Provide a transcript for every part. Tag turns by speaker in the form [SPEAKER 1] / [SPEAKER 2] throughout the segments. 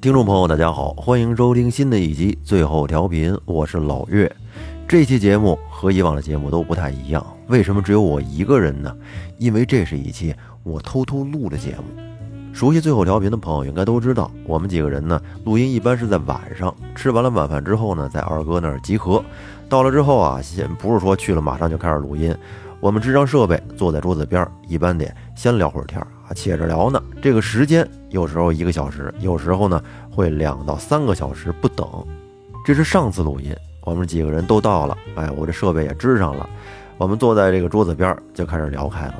[SPEAKER 1] 听众朋友，大家好，欢迎收听新的一集《最后调频》，我是老岳。这期节目和以往的节目都不太一样，为什么只有我一个人呢？因为这是一期我偷偷录的节目。熟悉《最后调频》的朋友应该都知道，我们几个人呢，录音一般是在晚上，吃完了晚饭之后呢，在二哥那儿集合。到了之后啊，先不是说去了马上就开始录音，我们支上设备，坐在桌子边儿，一般得先聊会儿天儿啊，且着聊呢。这个时间有时候一个小时，有时候呢会两到三个小时不等。这是上次录音，我们几个人都到了，哎，我这设备也支上了，我们坐在这个桌子边儿就开始聊开了。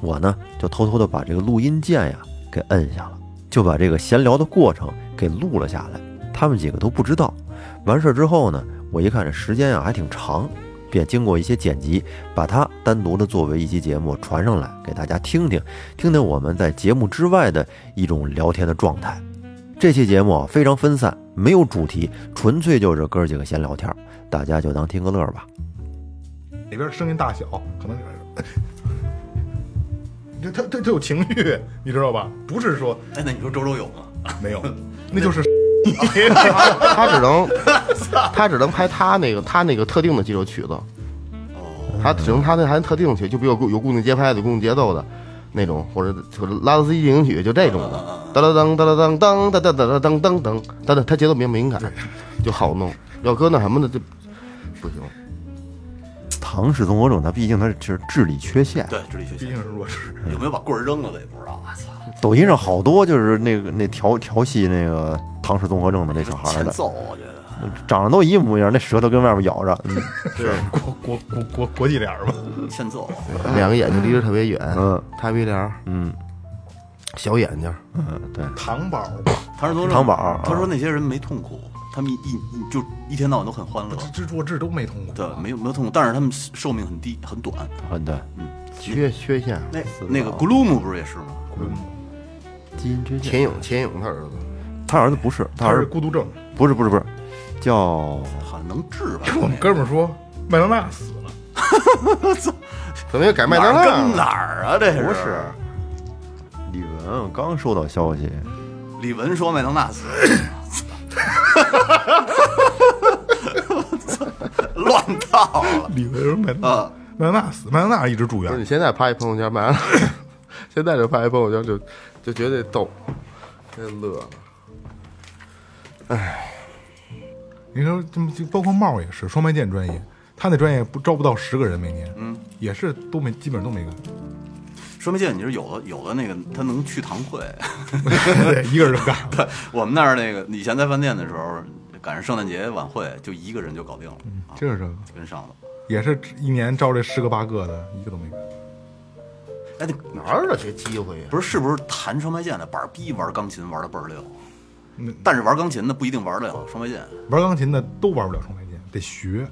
[SPEAKER 1] 我呢就偷偷的把这个录音键呀给摁下了，就把这个闲聊的过程给录了下来。他们几个都不知道。完事儿之后呢，我一看这时间啊还挺长，便经过一些剪辑，把它单独的作为一期节目传上来给大家听听，听听我们在节目之外的一种聊天的状态。这期节目啊非常分散，没有主题，纯粹就是哥儿几个闲聊天儿，大家就当听个乐儿吧。
[SPEAKER 2] 里边声音大小可能，你呃这他他他有情绪，你知道吧？不是说
[SPEAKER 3] 哎，那你说周周有吗？
[SPEAKER 2] 没 有，那就是
[SPEAKER 4] 他只能他只能拍他那个他那个特定的几首曲子，他只能他那还特定的曲，就比如有固有固定节拍的、有固定节奏的那种，或者或者拉德斯基进行曲就这种的，哒啦当哒啦当当哒哒哒哒当当当，但是他节奏比较敏感，就好弄。要搁那什么的就不行。
[SPEAKER 5] 唐氏综合症，它毕竟它是智力缺陷。
[SPEAKER 3] 对，智力学
[SPEAKER 2] 毕
[SPEAKER 3] 习
[SPEAKER 2] 竟是弱智。
[SPEAKER 3] 有没有把棍儿扔了的也不知道。我啊操，
[SPEAKER 5] 抖音上好多就是那个那调调戏那个唐氏综合症的那小孩儿
[SPEAKER 3] 欠
[SPEAKER 5] 的，
[SPEAKER 3] 揍，我觉得。
[SPEAKER 5] 长得都一模一样，那舌头跟外面咬着。嗯
[SPEAKER 2] 国国国国国际脸儿嘛，
[SPEAKER 3] 欠揍。
[SPEAKER 4] 两个眼睛离着特别远，
[SPEAKER 5] 嗯，
[SPEAKER 4] 塌鼻梁，
[SPEAKER 5] 嗯，
[SPEAKER 4] 小眼睛，
[SPEAKER 5] 嗯，对，
[SPEAKER 2] 糖宝嘛，
[SPEAKER 3] 他说
[SPEAKER 5] 糖宝啊
[SPEAKER 3] 他说那些人没痛苦，他们一一一就一天到晚都很欢乐，
[SPEAKER 2] 这这弱智都没通过。
[SPEAKER 3] 对，没有没有痛苦，但是他们寿命很低很短。
[SPEAKER 5] 很对，嗯
[SPEAKER 4] 缺缺陷。
[SPEAKER 3] 那那个 Gloom 不是也是吗？
[SPEAKER 5] 基因缺陷。
[SPEAKER 4] 钱勇，钱勇他儿子，
[SPEAKER 5] 他儿子不是，他
[SPEAKER 2] 他
[SPEAKER 5] 儿
[SPEAKER 2] 是
[SPEAKER 5] 子
[SPEAKER 2] 孤独症。
[SPEAKER 5] 不是不是不是，叫
[SPEAKER 3] 好像能治 吧？
[SPEAKER 2] 跟我们哥们儿说，麦当娜死了，
[SPEAKER 4] 怎么又改麦
[SPEAKER 3] 哪
[SPEAKER 4] 当
[SPEAKER 3] 儿跟
[SPEAKER 4] 娜
[SPEAKER 3] 哪
[SPEAKER 4] 了？
[SPEAKER 3] 儿啊？这
[SPEAKER 5] 不是李玟，我刚收到消息，
[SPEAKER 3] 李玟说麦当娜死， 乱套了
[SPEAKER 2] 李维说麦当
[SPEAKER 3] 啊！
[SPEAKER 2] 麦当娜死，麦当娜一直住
[SPEAKER 4] 不是你
[SPEAKER 2] 院。
[SPEAKER 4] 现在发一朋友圈，麦当娜，现在就发一朋友圈就就觉得逗，真乐了。
[SPEAKER 2] 你说这么就包括帽儿也是双麦剑专业，他那专业不招不到十个人每年，嗯，也是都没基本上都没干，
[SPEAKER 3] 说没见你是有的有的那个，他能去堂会。
[SPEAKER 2] 对，一个人就干 了。
[SPEAKER 3] 对我们那儿那个以前在饭店的时候，赶上圣诞节晚会，就一个人就搞定了，啊
[SPEAKER 2] 就是嗯这个，
[SPEAKER 3] 跟上了。
[SPEAKER 2] 也是一年招这十个八个的，一个都没干。
[SPEAKER 3] 哎，那
[SPEAKER 4] 哪儿有这机会呀、
[SPEAKER 3] 不是是不是弹双麦剑的板儿逼玩钢琴玩的倍儿溜
[SPEAKER 2] 嗯？
[SPEAKER 3] 但是玩钢琴的不一定玩得了双麦剑，
[SPEAKER 2] 玩钢琴的都玩不了双排键，得学，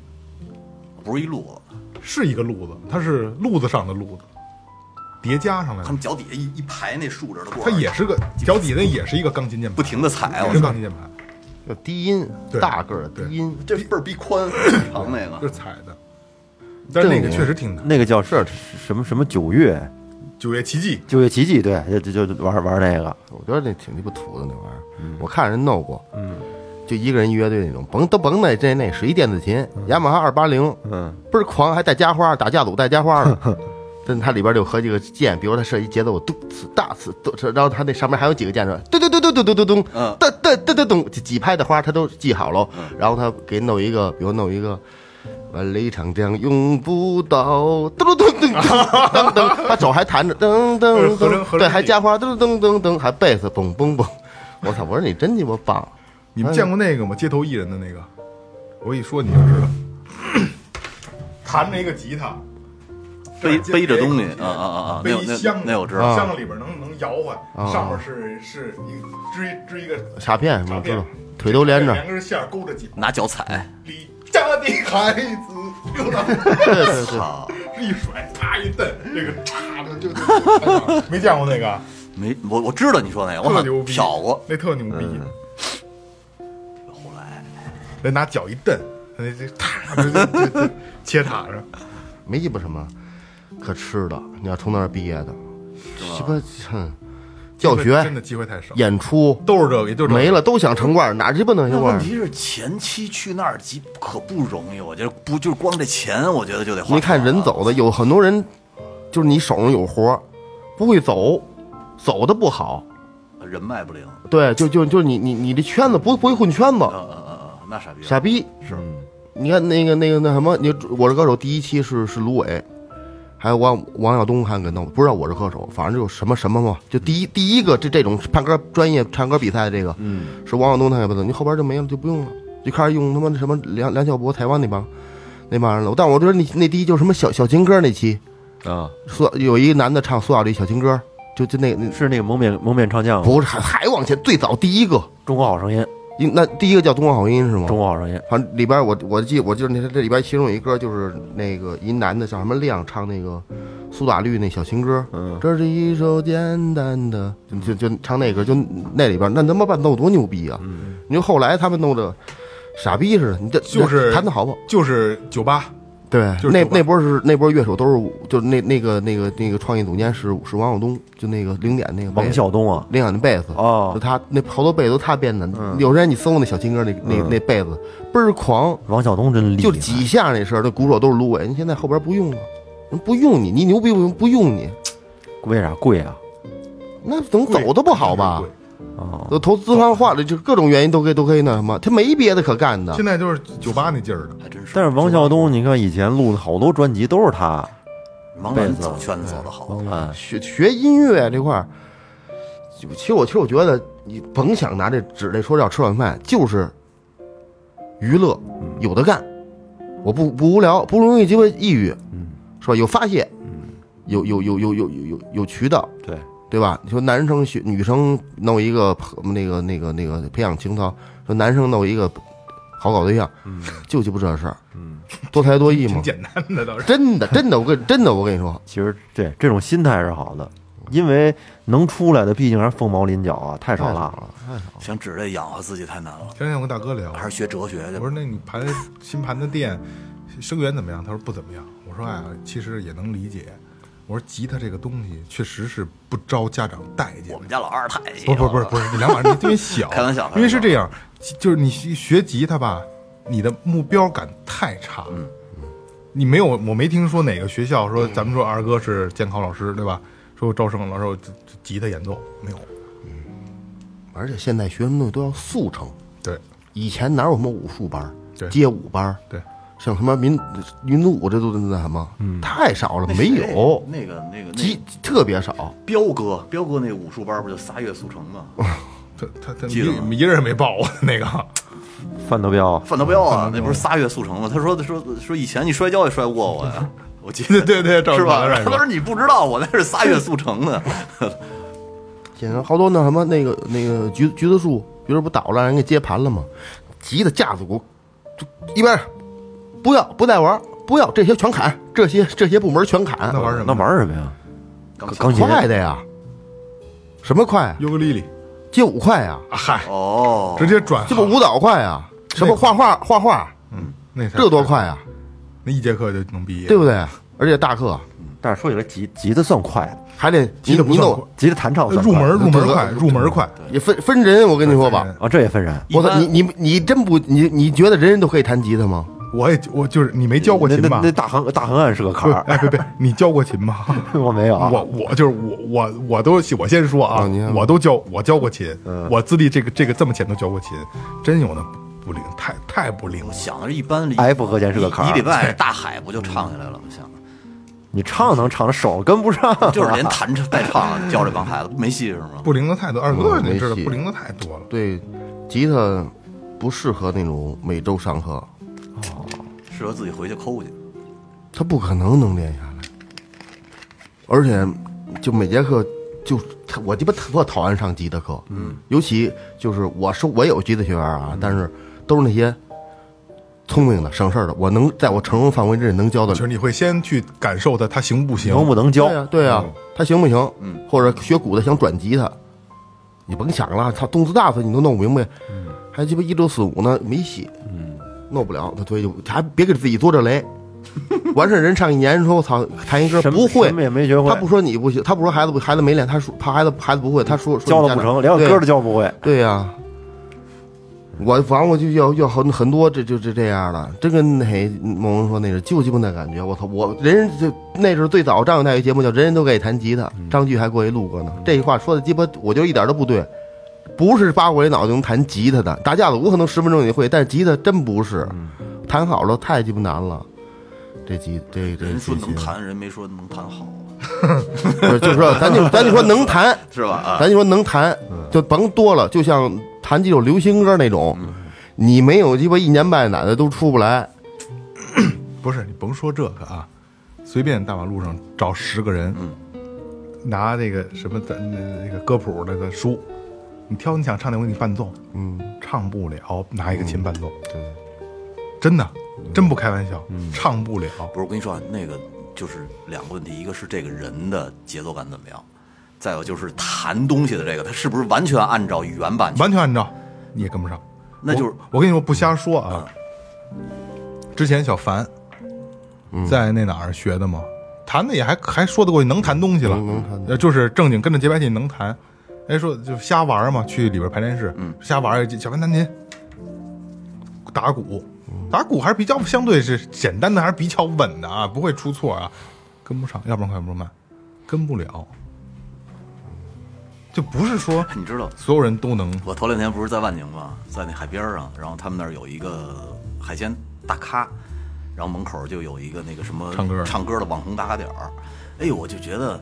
[SPEAKER 3] 不是一路子。
[SPEAKER 2] 是一个路子，它是路子上的路子，叠加上来
[SPEAKER 3] 他
[SPEAKER 2] 的。
[SPEAKER 3] 们脚底下一一排那竖着的棍儿，
[SPEAKER 2] 它也是个脚底那也是一个钢琴键盘，
[SPEAKER 3] 不停的踩啊
[SPEAKER 2] 也
[SPEAKER 3] 我
[SPEAKER 2] 是
[SPEAKER 3] 操
[SPEAKER 2] 钢，琴键盘，
[SPEAKER 4] 就低音
[SPEAKER 2] 对，
[SPEAKER 4] 大个儿的
[SPEAKER 2] 对
[SPEAKER 4] 低音，
[SPEAKER 3] 这倍儿逼 宽，长那
[SPEAKER 2] 就
[SPEAKER 3] 个
[SPEAKER 2] 是踩的。但是那个
[SPEAKER 5] 正
[SPEAKER 2] 确实挺难。
[SPEAKER 5] 那个叫是什么什么九月
[SPEAKER 2] 九月奇迹，
[SPEAKER 5] 九月奇迹，对，就就就玩玩那个，
[SPEAKER 4] 我觉得那挺鸡巴土的那玩意儿。我看人弄过，嗯，就一个人一乐队那种，甭都甭那这那是一电子琴，雅马哈二八零，
[SPEAKER 5] 嗯，
[SPEAKER 4] 倍儿狂，还带夹花，打架组带夹花的。但它里边有和几个键，比如它设一节奏，嘟呲大呲嘟，然后它那上面还有几个键是嘟嘟嘟嘟嘟嘟嘟咚，
[SPEAKER 3] 嗯
[SPEAKER 4] 哒哒哒哒咚，几几拍的花它都记好喽，然后它给弄一个，比如弄一个。万里长江永不倒，噔噔噔噔噔噔，他手还弹着，噔噔噔，对，还加花，噔噔噔噔，还贝斯，嘣嘣嘣，我操！我说你真鸡巴棒，
[SPEAKER 2] 你们见过那个吗？街头艺人的那个，我一说你就知道，弹着一个吉他，
[SPEAKER 3] 背
[SPEAKER 2] 这
[SPEAKER 3] 背着东西
[SPEAKER 2] 这
[SPEAKER 3] 啊啊啊啊，那
[SPEAKER 2] 背
[SPEAKER 3] 有
[SPEAKER 2] 一
[SPEAKER 3] 那
[SPEAKER 2] 箱
[SPEAKER 3] 有
[SPEAKER 2] 子，
[SPEAKER 3] 那我知道，
[SPEAKER 2] 箱子里边能能摇
[SPEAKER 4] 啊
[SPEAKER 2] 晃，上面是是一支一支一个
[SPEAKER 4] 卡片什么
[SPEAKER 2] 照
[SPEAKER 4] 知
[SPEAKER 2] 片
[SPEAKER 4] 道？，腿都连着，
[SPEAKER 2] 两根线儿勾着紧。
[SPEAKER 3] 拿脚踩，
[SPEAKER 2] 离家的孩子流浪，
[SPEAKER 3] 操，
[SPEAKER 2] 一甩，啪一蹬，这个叉的就就没见过那个，
[SPEAKER 3] 没我我知道你说那个，我
[SPEAKER 2] 特
[SPEAKER 3] 好
[SPEAKER 2] 牛
[SPEAKER 3] 像
[SPEAKER 2] 逼，
[SPEAKER 3] 瞟过，
[SPEAKER 2] 那特牛逼，
[SPEAKER 4] 嗯
[SPEAKER 3] 后来
[SPEAKER 2] 那拿脚一蹬，那这啪就就就就切塔上，
[SPEAKER 4] 没鸡巴什么可吃的。你要从那儿毕业的，鸡巴哼，教
[SPEAKER 2] 机会真
[SPEAKER 4] 学
[SPEAKER 2] 的、机会太少，
[SPEAKER 4] 演出
[SPEAKER 2] 都是这个，也就是这个
[SPEAKER 4] 没了，都想成罐儿，哪鸡巴能
[SPEAKER 3] 那
[SPEAKER 4] 成罐
[SPEAKER 3] 问
[SPEAKER 4] 儿？
[SPEAKER 3] 题是前期去那儿急可不容易，我觉得不就是光这钱，我觉得就得花。
[SPEAKER 4] 你看人，走的，有很多人就是你手上有活儿，不会走，走的不好。
[SPEAKER 3] 人脉不灵，
[SPEAKER 4] 对，就就就是你你你这圈子不不会混圈子
[SPEAKER 3] 嗯，嗯嗯嗯，那傻逼了，
[SPEAKER 4] 傻逼是。你看那个那个那什么，你我是歌手第一期是是芦苇，还有王王耀东还跟他，不知道我是歌手，反正就什么什么嘛，就第一第一个这这种唱歌专业唱歌比赛这个，嗯，是王耀东他给弄，你后边就没了，就不用了，就开始用他妈那什么梁梁晓波台湾那帮那帮人了。但我觉得那那第一就是什么小小情歌那期，
[SPEAKER 1] 啊，
[SPEAKER 4] 苏有一男的唱苏打绿小情歌，就就那那
[SPEAKER 1] 是那个蒙面蒙面唱将吗，
[SPEAKER 4] 不是还还往前最早第一个，
[SPEAKER 1] 中国好声音，
[SPEAKER 4] 应那第一个叫东方好音是吗？
[SPEAKER 1] 中国好声音，
[SPEAKER 4] 反正里边我我记我记得那这里边其中有一歌就是那个一男的叫什么亮唱那个苏打绿那小情歌，
[SPEAKER 1] 嗯，
[SPEAKER 4] 这是一首简单的，就就就唱那歌，就那里边那他妈伴奏多牛逼啊！你说后来他们弄的傻逼似的，你这
[SPEAKER 2] 嗯就是
[SPEAKER 4] 弹的好不好？
[SPEAKER 2] 就是酒吧，
[SPEAKER 4] 对，
[SPEAKER 2] 就是
[SPEAKER 4] 那
[SPEAKER 2] 酒吧
[SPEAKER 4] 那波是那波乐手都是就是那那个那个那个创意总监是是王晓东，就那个零点那个贝
[SPEAKER 1] 王
[SPEAKER 4] 斯
[SPEAKER 1] 晓东啊，
[SPEAKER 4] 领养的贝斯
[SPEAKER 1] 哦
[SPEAKER 4] 就他那好多贝斯都他编的。
[SPEAKER 2] 嗯
[SPEAKER 4] 有时间你搜那小情歌那那那贝斯倍儿狂，
[SPEAKER 1] 王晓东
[SPEAKER 2] 嗯
[SPEAKER 1] 真厉害，
[SPEAKER 4] 就几下那事儿，那鼓手都是芦苇。你现在后边不用了，人不用你，你牛逼不牛不用你，
[SPEAKER 1] 为啥贵啊？
[SPEAKER 4] 那怎么
[SPEAKER 2] 贵
[SPEAKER 4] 走都不好吧
[SPEAKER 2] 贵？
[SPEAKER 1] 啊，
[SPEAKER 4] 都投资方化了，就各种原因都可以都可以那什么，他没别的可干的
[SPEAKER 2] 现。在就是酒吧那劲儿的，
[SPEAKER 3] 还真是。
[SPEAKER 1] 但是王晓东，你看以前录的好多专辑都是他，
[SPEAKER 3] 茫然走圈子走的好，
[SPEAKER 1] 嗯，
[SPEAKER 4] 学学音乐这块儿，就其实我其实我觉得你甭想拿这指这说要吃软饭，就是娱乐，
[SPEAKER 2] 嗯
[SPEAKER 4] 有的干，我不不无聊，不容易鸡巴抑郁，
[SPEAKER 2] 嗯
[SPEAKER 4] 是吧？有发泄，有有有有有有有有渠道，
[SPEAKER 1] 对，
[SPEAKER 4] 对吧？你说男生学女生弄一个那个那个那个培养情操，说男生弄一个好搞对象，就鸡巴这事儿，多才多艺嘛
[SPEAKER 2] 嗯挺，简单的倒是。
[SPEAKER 4] 真的真的我跟真的我跟你说，
[SPEAKER 1] 其实对这种心态是好的，因为能出来的毕竟还是凤毛麟角啊，太少
[SPEAKER 4] 太少
[SPEAKER 1] 了。
[SPEAKER 4] 了，太少了。
[SPEAKER 3] 想指这养活自己太难了，
[SPEAKER 2] 前两天我跟大哥聊，
[SPEAKER 4] 啊
[SPEAKER 3] 还是学哲学去
[SPEAKER 2] 我。说那你盘新盘的店生源怎么样？他说不怎么样。我说哎，其实也能理解。我说吉他这个东西确实是不招家长待见
[SPEAKER 3] 我。们家老二太喜
[SPEAKER 2] 不
[SPEAKER 3] 欢
[SPEAKER 2] 是不是不是
[SPEAKER 3] 了
[SPEAKER 2] 不是，你两码事，因为小，
[SPEAKER 3] 开玩笑
[SPEAKER 2] 因为是这样，吉就是你学学吉他吧，你的目标感太差。你没有，我没听说哪个学校说，咱们说二哥是监考老师对吧？说招生老师我这这吉他演奏没有，
[SPEAKER 4] 而且现在学什么东西都要速成，
[SPEAKER 2] 对
[SPEAKER 4] 以前哪有什么武术班儿
[SPEAKER 2] 对、
[SPEAKER 4] 街舞班儿，
[SPEAKER 2] 对，
[SPEAKER 4] 像什么民民族舞这都那什么，
[SPEAKER 2] 嗯
[SPEAKER 4] 太少了，
[SPEAKER 3] 那
[SPEAKER 4] 没
[SPEAKER 3] 谁
[SPEAKER 4] 有，
[SPEAKER 3] 那个那个那
[SPEAKER 4] 极特别少。
[SPEAKER 3] 彪哥，彪哥那武术班不就仨月速成吗？
[SPEAKER 2] 他他他
[SPEAKER 3] 记得吗
[SPEAKER 2] 一一个人没报我那个，
[SPEAKER 1] 范德彪，
[SPEAKER 3] 范德彪啊，那不是仨月速成吗？他说他说说以前你摔跤也摔不过我呀，我记得
[SPEAKER 2] 对对对
[SPEAKER 3] 是吧？
[SPEAKER 2] 赵
[SPEAKER 3] 然
[SPEAKER 2] 本山
[SPEAKER 3] 后他说你不知道，我那是仨月速成的。
[SPEAKER 4] 现在好多那什么那个那个橘橘子树，橘子不倒了，让人给接盘了吗？急的架子鼓，就一边儿不要不带玩儿，不要这些全砍，这些这些部门全砍
[SPEAKER 2] 那，玩什么？
[SPEAKER 1] 那玩什么呀？
[SPEAKER 3] 钢琴
[SPEAKER 1] 钢琴
[SPEAKER 4] 快的呀，什么快啊？
[SPEAKER 2] 尤克里里，
[SPEAKER 4] 街舞快呀，
[SPEAKER 2] 啊嗨，
[SPEAKER 3] 哦，
[SPEAKER 2] 直接转嗯
[SPEAKER 4] 这不舞蹈快呀，什么画画画画，
[SPEAKER 2] 那才
[SPEAKER 4] 这多快呀！
[SPEAKER 2] 那一节课就能毕业，
[SPEAKER 4] 对不对？而且大课
[SPEAKER 1] 但是说起来吉吉他算快的，
[SPEAKER 4] 还得
[SPEAKER 2] 吉
[SPEAKER 4] 你
[SPEAKER 2] 他不
[SPEAKER 4] 你
[SPEAKER 2] 算
[SPEAKER 4] 懂
[SPEAKER 2] 快
[SPEAKER 1] 吉他弹唱算
[SPEAKER 2] 入
[SPEAKER 1] 快
[SPEAKER 2] 门入门
[SPEAKER 4] 对
[SPEAKER 2] 快，入门快，
[SPEAKER 4] 也分分人，我跟你说
[SPEAKER 2] 对
[SPEAKER 4] 吧，
[SPEAKER 1] 啊，这也分人。
[SPEAKER 3] 一
[SPEAKER 4] 我
[SPEAKER 3] 般
[SPEAKER 4] 操你你你真不你你觉得人人都可以弹吉他吗？
[SPEAKER 2] 我也我就是你没教过琴
[SPEAKER 1] 那那
[SPEAKER 2] 吧
[SPEAKER 1] 那？大横大横按是个坎儿，
[SPEAKER 2] 哎，别别，你教过琴吗？
[SPEAKER 1] 我没有啊。
[SPEAKER 2] 我我就是我我我都我先说啊，
[SPEAKER 4] 啊您啊
[SPEAKER 2] 我都教我教过琴，我资历这个这个这么浅都教过琴，真有那不灵，太太不灵
[SPEAKER 3] 我
[SPEAKER 2] 了。
[SPEAKER 3] 想的是一般
[SPEAKER 1] F 和弦是个坎儿
[SPEAKER 3] 一礼拜大海不就唱下来了？我想
[SPEAKER 1] 你唱能唱，手跟不上，啊
[SPEAKER 3] 就是连 弹唱带唱教这帮孩子没戏是吗？
[SPEAKER 2] 不灵的太多，二哥
[SPEAKER 4] 嗯
[SPEAKER 2] 你知道
[SPEAKER 4] 没戏
[SPEAKER 2] 不灵的太多了。
[SPEAKER 4] 对，吉他不适合那种每周上课，
[SPEAKER 3] 适合自己回去抠去。
[SPEAKER 4] 他不可能能练下来，而且就每节课就他特我鸡巴特讨厌上吉他课，嗯，尤其就是我收我也有吉他学员啊，但是都是那些聪明的、省事儿的，我能在我承容范围之内能教的
[SPEAKER 2] 就是你会先去感受它，它行不行？
[SPEAKER 1] 能不能教
[SPEAKER 4] 对？呀、啊对呀、他行不行？嗯，或者学鼓的想转吉他，你甭想了，他动次大次你都弄不明白，
[SPEAKER 1] 嗯
[SPEAKER 4] 还鸡巴一六四五呢，没戏，嗯，弄不了，那所以就还别给自己做这雷。 完事儿人上一年说，我操，弹一歌
[SPEAKER 1] 什么
[SPEAKER 4] 不会
[SPEAKER 1] 什么，也没学会，
[SPEAKER 4] 他不说你不行，他不说孩子不孩子没练，他说他孩子孩子不会，他说
[SPEAKER 1] 教的不成，连个歌都。教不会。
[SPEAKER 4] 对呀、我反正我就要要很很多这就这这样的，这跟哪某人说那是就鸡巴那感觉，我操，我人就那时候最早张永泰有一节目叫《人人都可以弹吉他》，
[SPEAKER 3] 嗯
[SPEAKER 4] 张炬还过去录过呢，这句话说的鸡巴我就一点都不对，不是扒过来脑袋能弹吉他的，打架子鼓可能十分钟你会，但是吉他真不是，
[SPEAKER 3] 嗯
[SPEAKER 4] 弹好了太鸡巴难了。这吉这这
[SPEAKER 3] 人说
[SPEAKER 4] 这
[SPEAKER 3] 能
[SPEAKER 4] 吉他
[SPEAKER 3] 弹，人没说能弹好，
[SPEAKER 4] 不是，就是说咱就咱就说能弹，
[SPEAKER 3] 是吧？啊，
[SPEAKER 4] 咱就说能弹，就甭多了，就像弹几首流行歌那种，你没有鸡巴一年半载的都出不来。
[SPEAKER 2] 不是，你甭说这个啊，随便大马路上找十个人，拿那个什么咱那那个歌谱那个书，你挑你想唱的，我给你伴奏，嗯，唱不了，拿一个琴伴奏，真的，真不开玩笑，唱不了。
[SPEAKER 3] 不是，我跟你说啊，那个就是两个问题，一个是这个人的节奏感怎么样，再有就是弹东西的这个，他是不是完全按照原版去？
[SPEAKER 2] 完全按照，你也跟不上。
[SPEAKER 3] 那就是
[SPEAKER 2] 我我跟你说不瞎说啊。之前小凡在那哪儿学的嘛，弹的也还还说得过去，能弹东西了，嗯能弹，就是正经跟着节拍器能弹。哎，说就瞎玩儿嘛，去里边排练室，瞎玩儿。小凡弹琴，打鼓，打鼓还是比较相对是简单的，还是比较稳的啊，不会出错啊，跟不上，要不然快，要不然慢，跟不了。就不是说
[SPEAKER 3] 你知道，
[SPEAKER 2] 所有人都能
[SPEAKER 3] 我头两天不是在万宁吗？在那海边儿上，然后他们那儿有一个海鲜大咖，然后门口就有一个那个什么
[SPEAKER 2] 唱歌的
[SPEAKER 3] 唱歌的网红打卡点儿。哎呦，我就觉得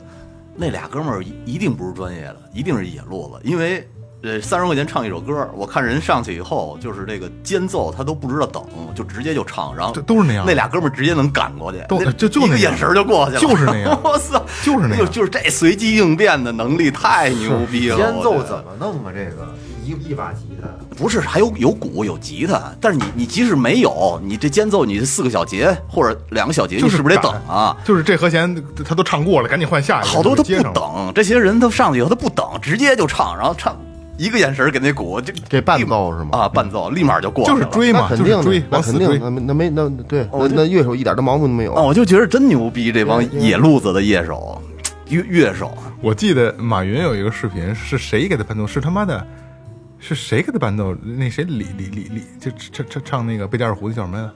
[SPEAKER 3] 那俩哥们儿一一定不是专业的，一定是野路子，因为呃三十块钱唱一首歌，我看人上去以后就是这个间奏他都不知道等，就直接就唱，然后
[SPEAKER 2] 对都是那样
[SPEAKER 3] 那俩哥们儿直接能赶过去，
[SPEAKER 2] 都
[SPEAKER 3] 那
[SPEAKER 2] 就就
[SPEAKER 3] 一
[SPEAKER 2] 那
[SPEAKER 3] 个
[SPEAKER 2] 样
[SPEAKER 3] 眼神儿就过去了，
[SPEAKER 2] 就是那样
[SPEAKER 3] 我操，哎
[SPEAKER 2] 就是那样
[SPEAKER 3] 就就是这随机应变的能力太牛逼了，
[SPEAKER 1] 间
[SPEAKER 3] 我觉
[SPEAKER 1] 奏
[SPEAKER 3] 得
[SPEAKER 1] 怎么弄啊？这个一一把吉他，
[SPEAKER 3] 不是，还有有鼓有吉他，但是你你即使没有，你这间奏你这四个小节或者两个小节，
[SPEAKER 2] 就
[SPEAKER 3] 你是不是得等啊？
[SPEAKER 2] 赶？就是这和弦他都唱过了，赶紧哎换下一个。
[SPEAKER 3] 好多他
[SPEAKER 2] 就接
[SPEAKER 3] 不
[SPEAKER 2] 上了。
[SPEAKER 3] 等，啊这些人他上去以后他不等，直接就唱，然后唱一个眼神儿给那鼓就
[SPEAKER 4] 这伴奏是吗
[SPEAKER 3] 啊，伴奏立马就过去
[SPEAKER 2] 就
[SPEAKER 3] 了
[SPEAKER 2] 是追嘛，
[SPEAKER 4] 那肯
[SPEAKER 2] 就
[SPEAKER 4] 定
[SPEAKER 2] 是
[SPEAKER 4] 的
[SPEAKER 2] 追，，
[SPEAKER 4] 那
[SPEAKER 2] 往
[SPEAKER 4] 肯
[SPEAKER 2] 死
[SPEAKER 4] 定
[SPEAKER 2] 追
[SPEAKER 4] 的，。那那没那对，那
[SPEAKER 3] 就
[SPEAKER 4] 那乐手一点的毛病都没有。
[SPEAKER 3] 啊！我就觉得真牛逼，这帮野路子的乐手，乐乐手
[SPEAKER 2] 我记得马云有一个视频，是谁给他伴奏？是他妈的，是谁给他伴奏？那谁李李李李，就唱唱唱那个贝加尔湖的叫什么来着？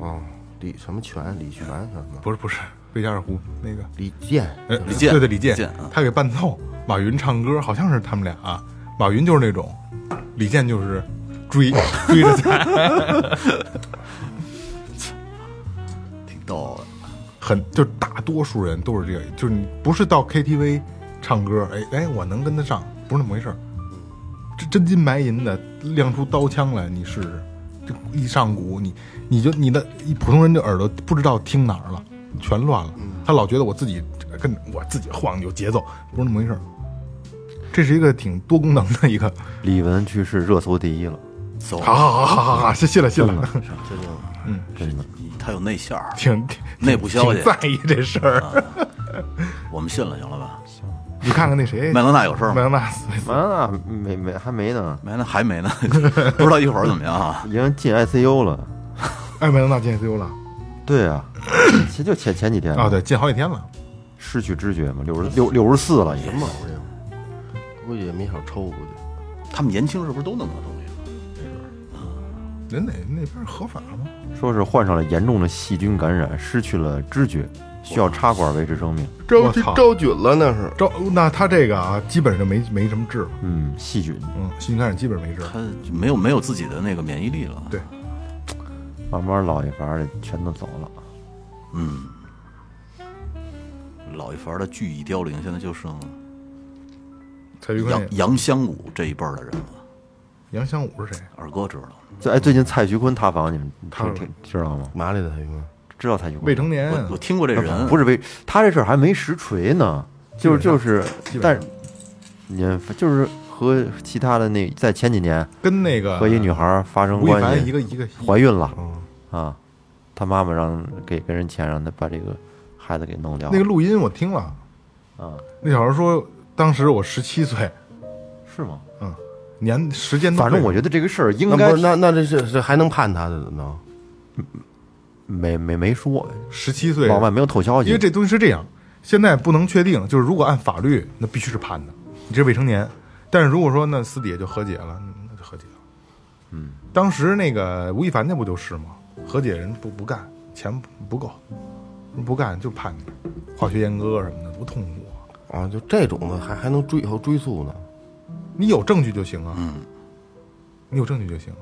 [SPEAKER 4] 哦，李什么泉，李泉什么，
[SPEAKER 2] 不是不是贝加尔湖那个，
[SPEAKER 4] 李健，
[SPEAKER 2] 呃，
[SPEAKER 3] 李健
[SPEAKER 2] 对对李
[SPEAKER 3] 李健啊
[SPEAKER 2] 他给伴奏，马云唱歌，好像是他们俩、啊马云就是那种，李健就是追追着他，
[SPEAKER 3] 挺逗的。
[SPEAKER 2] 很就是大多数人都是这个，就是你不是到 KTV 唱歌，哎哎，我能跟得上，不是那么回事儿。这真金白银的亮出刀枪来，你试试，这一上鼓，你你就你的一普通人的耳朵不知道听哪儿了，全乱了。他老觉得我自己跟我自己晃有节奏，不是那么回事儿。这是一个挺多功能的一个，
[SPEAKER 1] 李玟去世热搜第一了，
[SPEAKER 3] 走，
[SPEAKER 2] 好好好好好 嗯好，谢谢了谢了，
[SPEAKER 1] 真的。
[SPEAKER 3] 他有内线儿，
[SPEAKER 2] 挺挺
[SPEAKER 3] 内部消息
[SPEAKER 2] 挺在意这事儿。
[SPEAKER 3] 我们信了，行了吧？
[SPEAKER 2] 你看看那谁，
[SPEAKER 3] 麦当
[SPEAKER 2] 麦
[SPEAKER 3] 娜有事儿吗？
[SPEAKER 2] 当娜死
[SPEAKER 1] 啊，没没还没呢，
[SPEAKER 3] 没呢，还没呢， 不知道一会儿怎么样啊？
[SPEAKER 1] 已经进 ICU 了。
[SPEAKER 2] 哎，麦当娜进 ICU 了
[SPEAKER 1] 对啊， 前就前前几天
[SPEAKER 2] 啊，对，进好几天了。
[SPEAKER 1] 失去知觉嘛，六十六六十四了已经。
[SPEAKER 4] 估计也没少抽，估计。
[SPEAKER 3] 他们年轻是不是都弄这东西？
[SPEAKER 2] 人哪那边合法吗？
[SPEAKER 1] 说是患上了严重的细菌感染，失去了知觉，需要插管维持生命。
[SPEAKER 4] 招
[SPEAKER 2] 我
[SPEAKER 4] 菌
[SPEAKER 2] 操
[SPEAKER 4] 招菌了那是，
[SPEAKER 2] 照那他这个啊，基本上没没什么治了，
[SPEAKER 1] 嗯，细菌
[SPEAKER 2] 嗯，细菌感染基本上没治了。
[SPEAKER 3] 他就没有没有自己的那个免疫力了。
[SPEAKER 2] 对，
[SPEAKER 1] 慢慢老一伐的全都走了。
[SPEAKER 3] 老一伐的巨蚁凋零，现在就剩
[SPEAKER 2] 蔡徐坤
[SPEAKER 3] 杨杨香武这一辈儿的人了。
[SPEAKER 2] 杨香武是谁？
[SPEAKER 3] 二哥知道，
[SPEAKER 1] 最哎，最近蔡徐坤塌房，你们
[SPEAKER 2] 塌了
[SPEAKER 1] 听听知道吗？
[SPEAKER 4] 哪里的他应
[SPEAKER 1] 知道蔡徐坤吗
[SPEAKER 2] 未成年，啊
[SPEAKER 3] 我我听过这人，
[SPEAKER 1] 不
[SPEAKER 3] 是
[SPEAKER 1] 是被他这事儿还没实锤呢，就是就是
[SPEAKER 2] 基，本
[SPEAKER 1] 但
[SPEAKER 2] 上
[SPEAKER 1] 你就是和其他的那在前几年
[SPEAKER 2] 跟那个
[SPEAKER 1] 和一女孩发生
[SPEAKER 2] 啊吴亦
[SPEAKER 1] 关
[SPEAKER 2] 凡一
[SPEAKER 1] 系，
[SPEAKER 2] 个一个
[SPEAKER 1] 怀孕了
[SPEAKER 2] 嗯
[SPEAKER 1] 啊，他妈妈让给给人钱让他把这个孩子给弄掉，
[SPEAKER 2] 那个录音我听了，
[SPEAKER 1] 啊
[SPEAKER 2] 那小孩说当时我十七岁，
[SPEAKER 1] 是吗？
[SPEAKER 2] 年时间都
[SPEAKER 1] 反正
[SPEAKER 2] 对
[SPEAKER 1] 我觉得这个事儿应
[SPEAKER 4] 那
[SPEAKER 1] 该
[SPEAKER 4] 不是那那这是这还能判他的呢？
[SPEAKER 1] 没没没说，
[SPEAKER 2] 十七岁，
[SPEAKER 1] 往外没有透消息，
[SPEAKER 2] 因为这东西是这样，现在不能确定，就是如果按法律，那必须是判的，你这是未成年。但是如果说那私底下就和解了，那就和解了。嗯，当时那个吴亦凡那不就是吗？和解人不不干，钱不不够，不干就判你化学阉割什么的，多痛苦啊！
[SPEAKER 4] 啊，就这种的还还能追还追诉呢？
[SPEAKER 2] 你有证据就行啊，嗯，你有证据就行、啊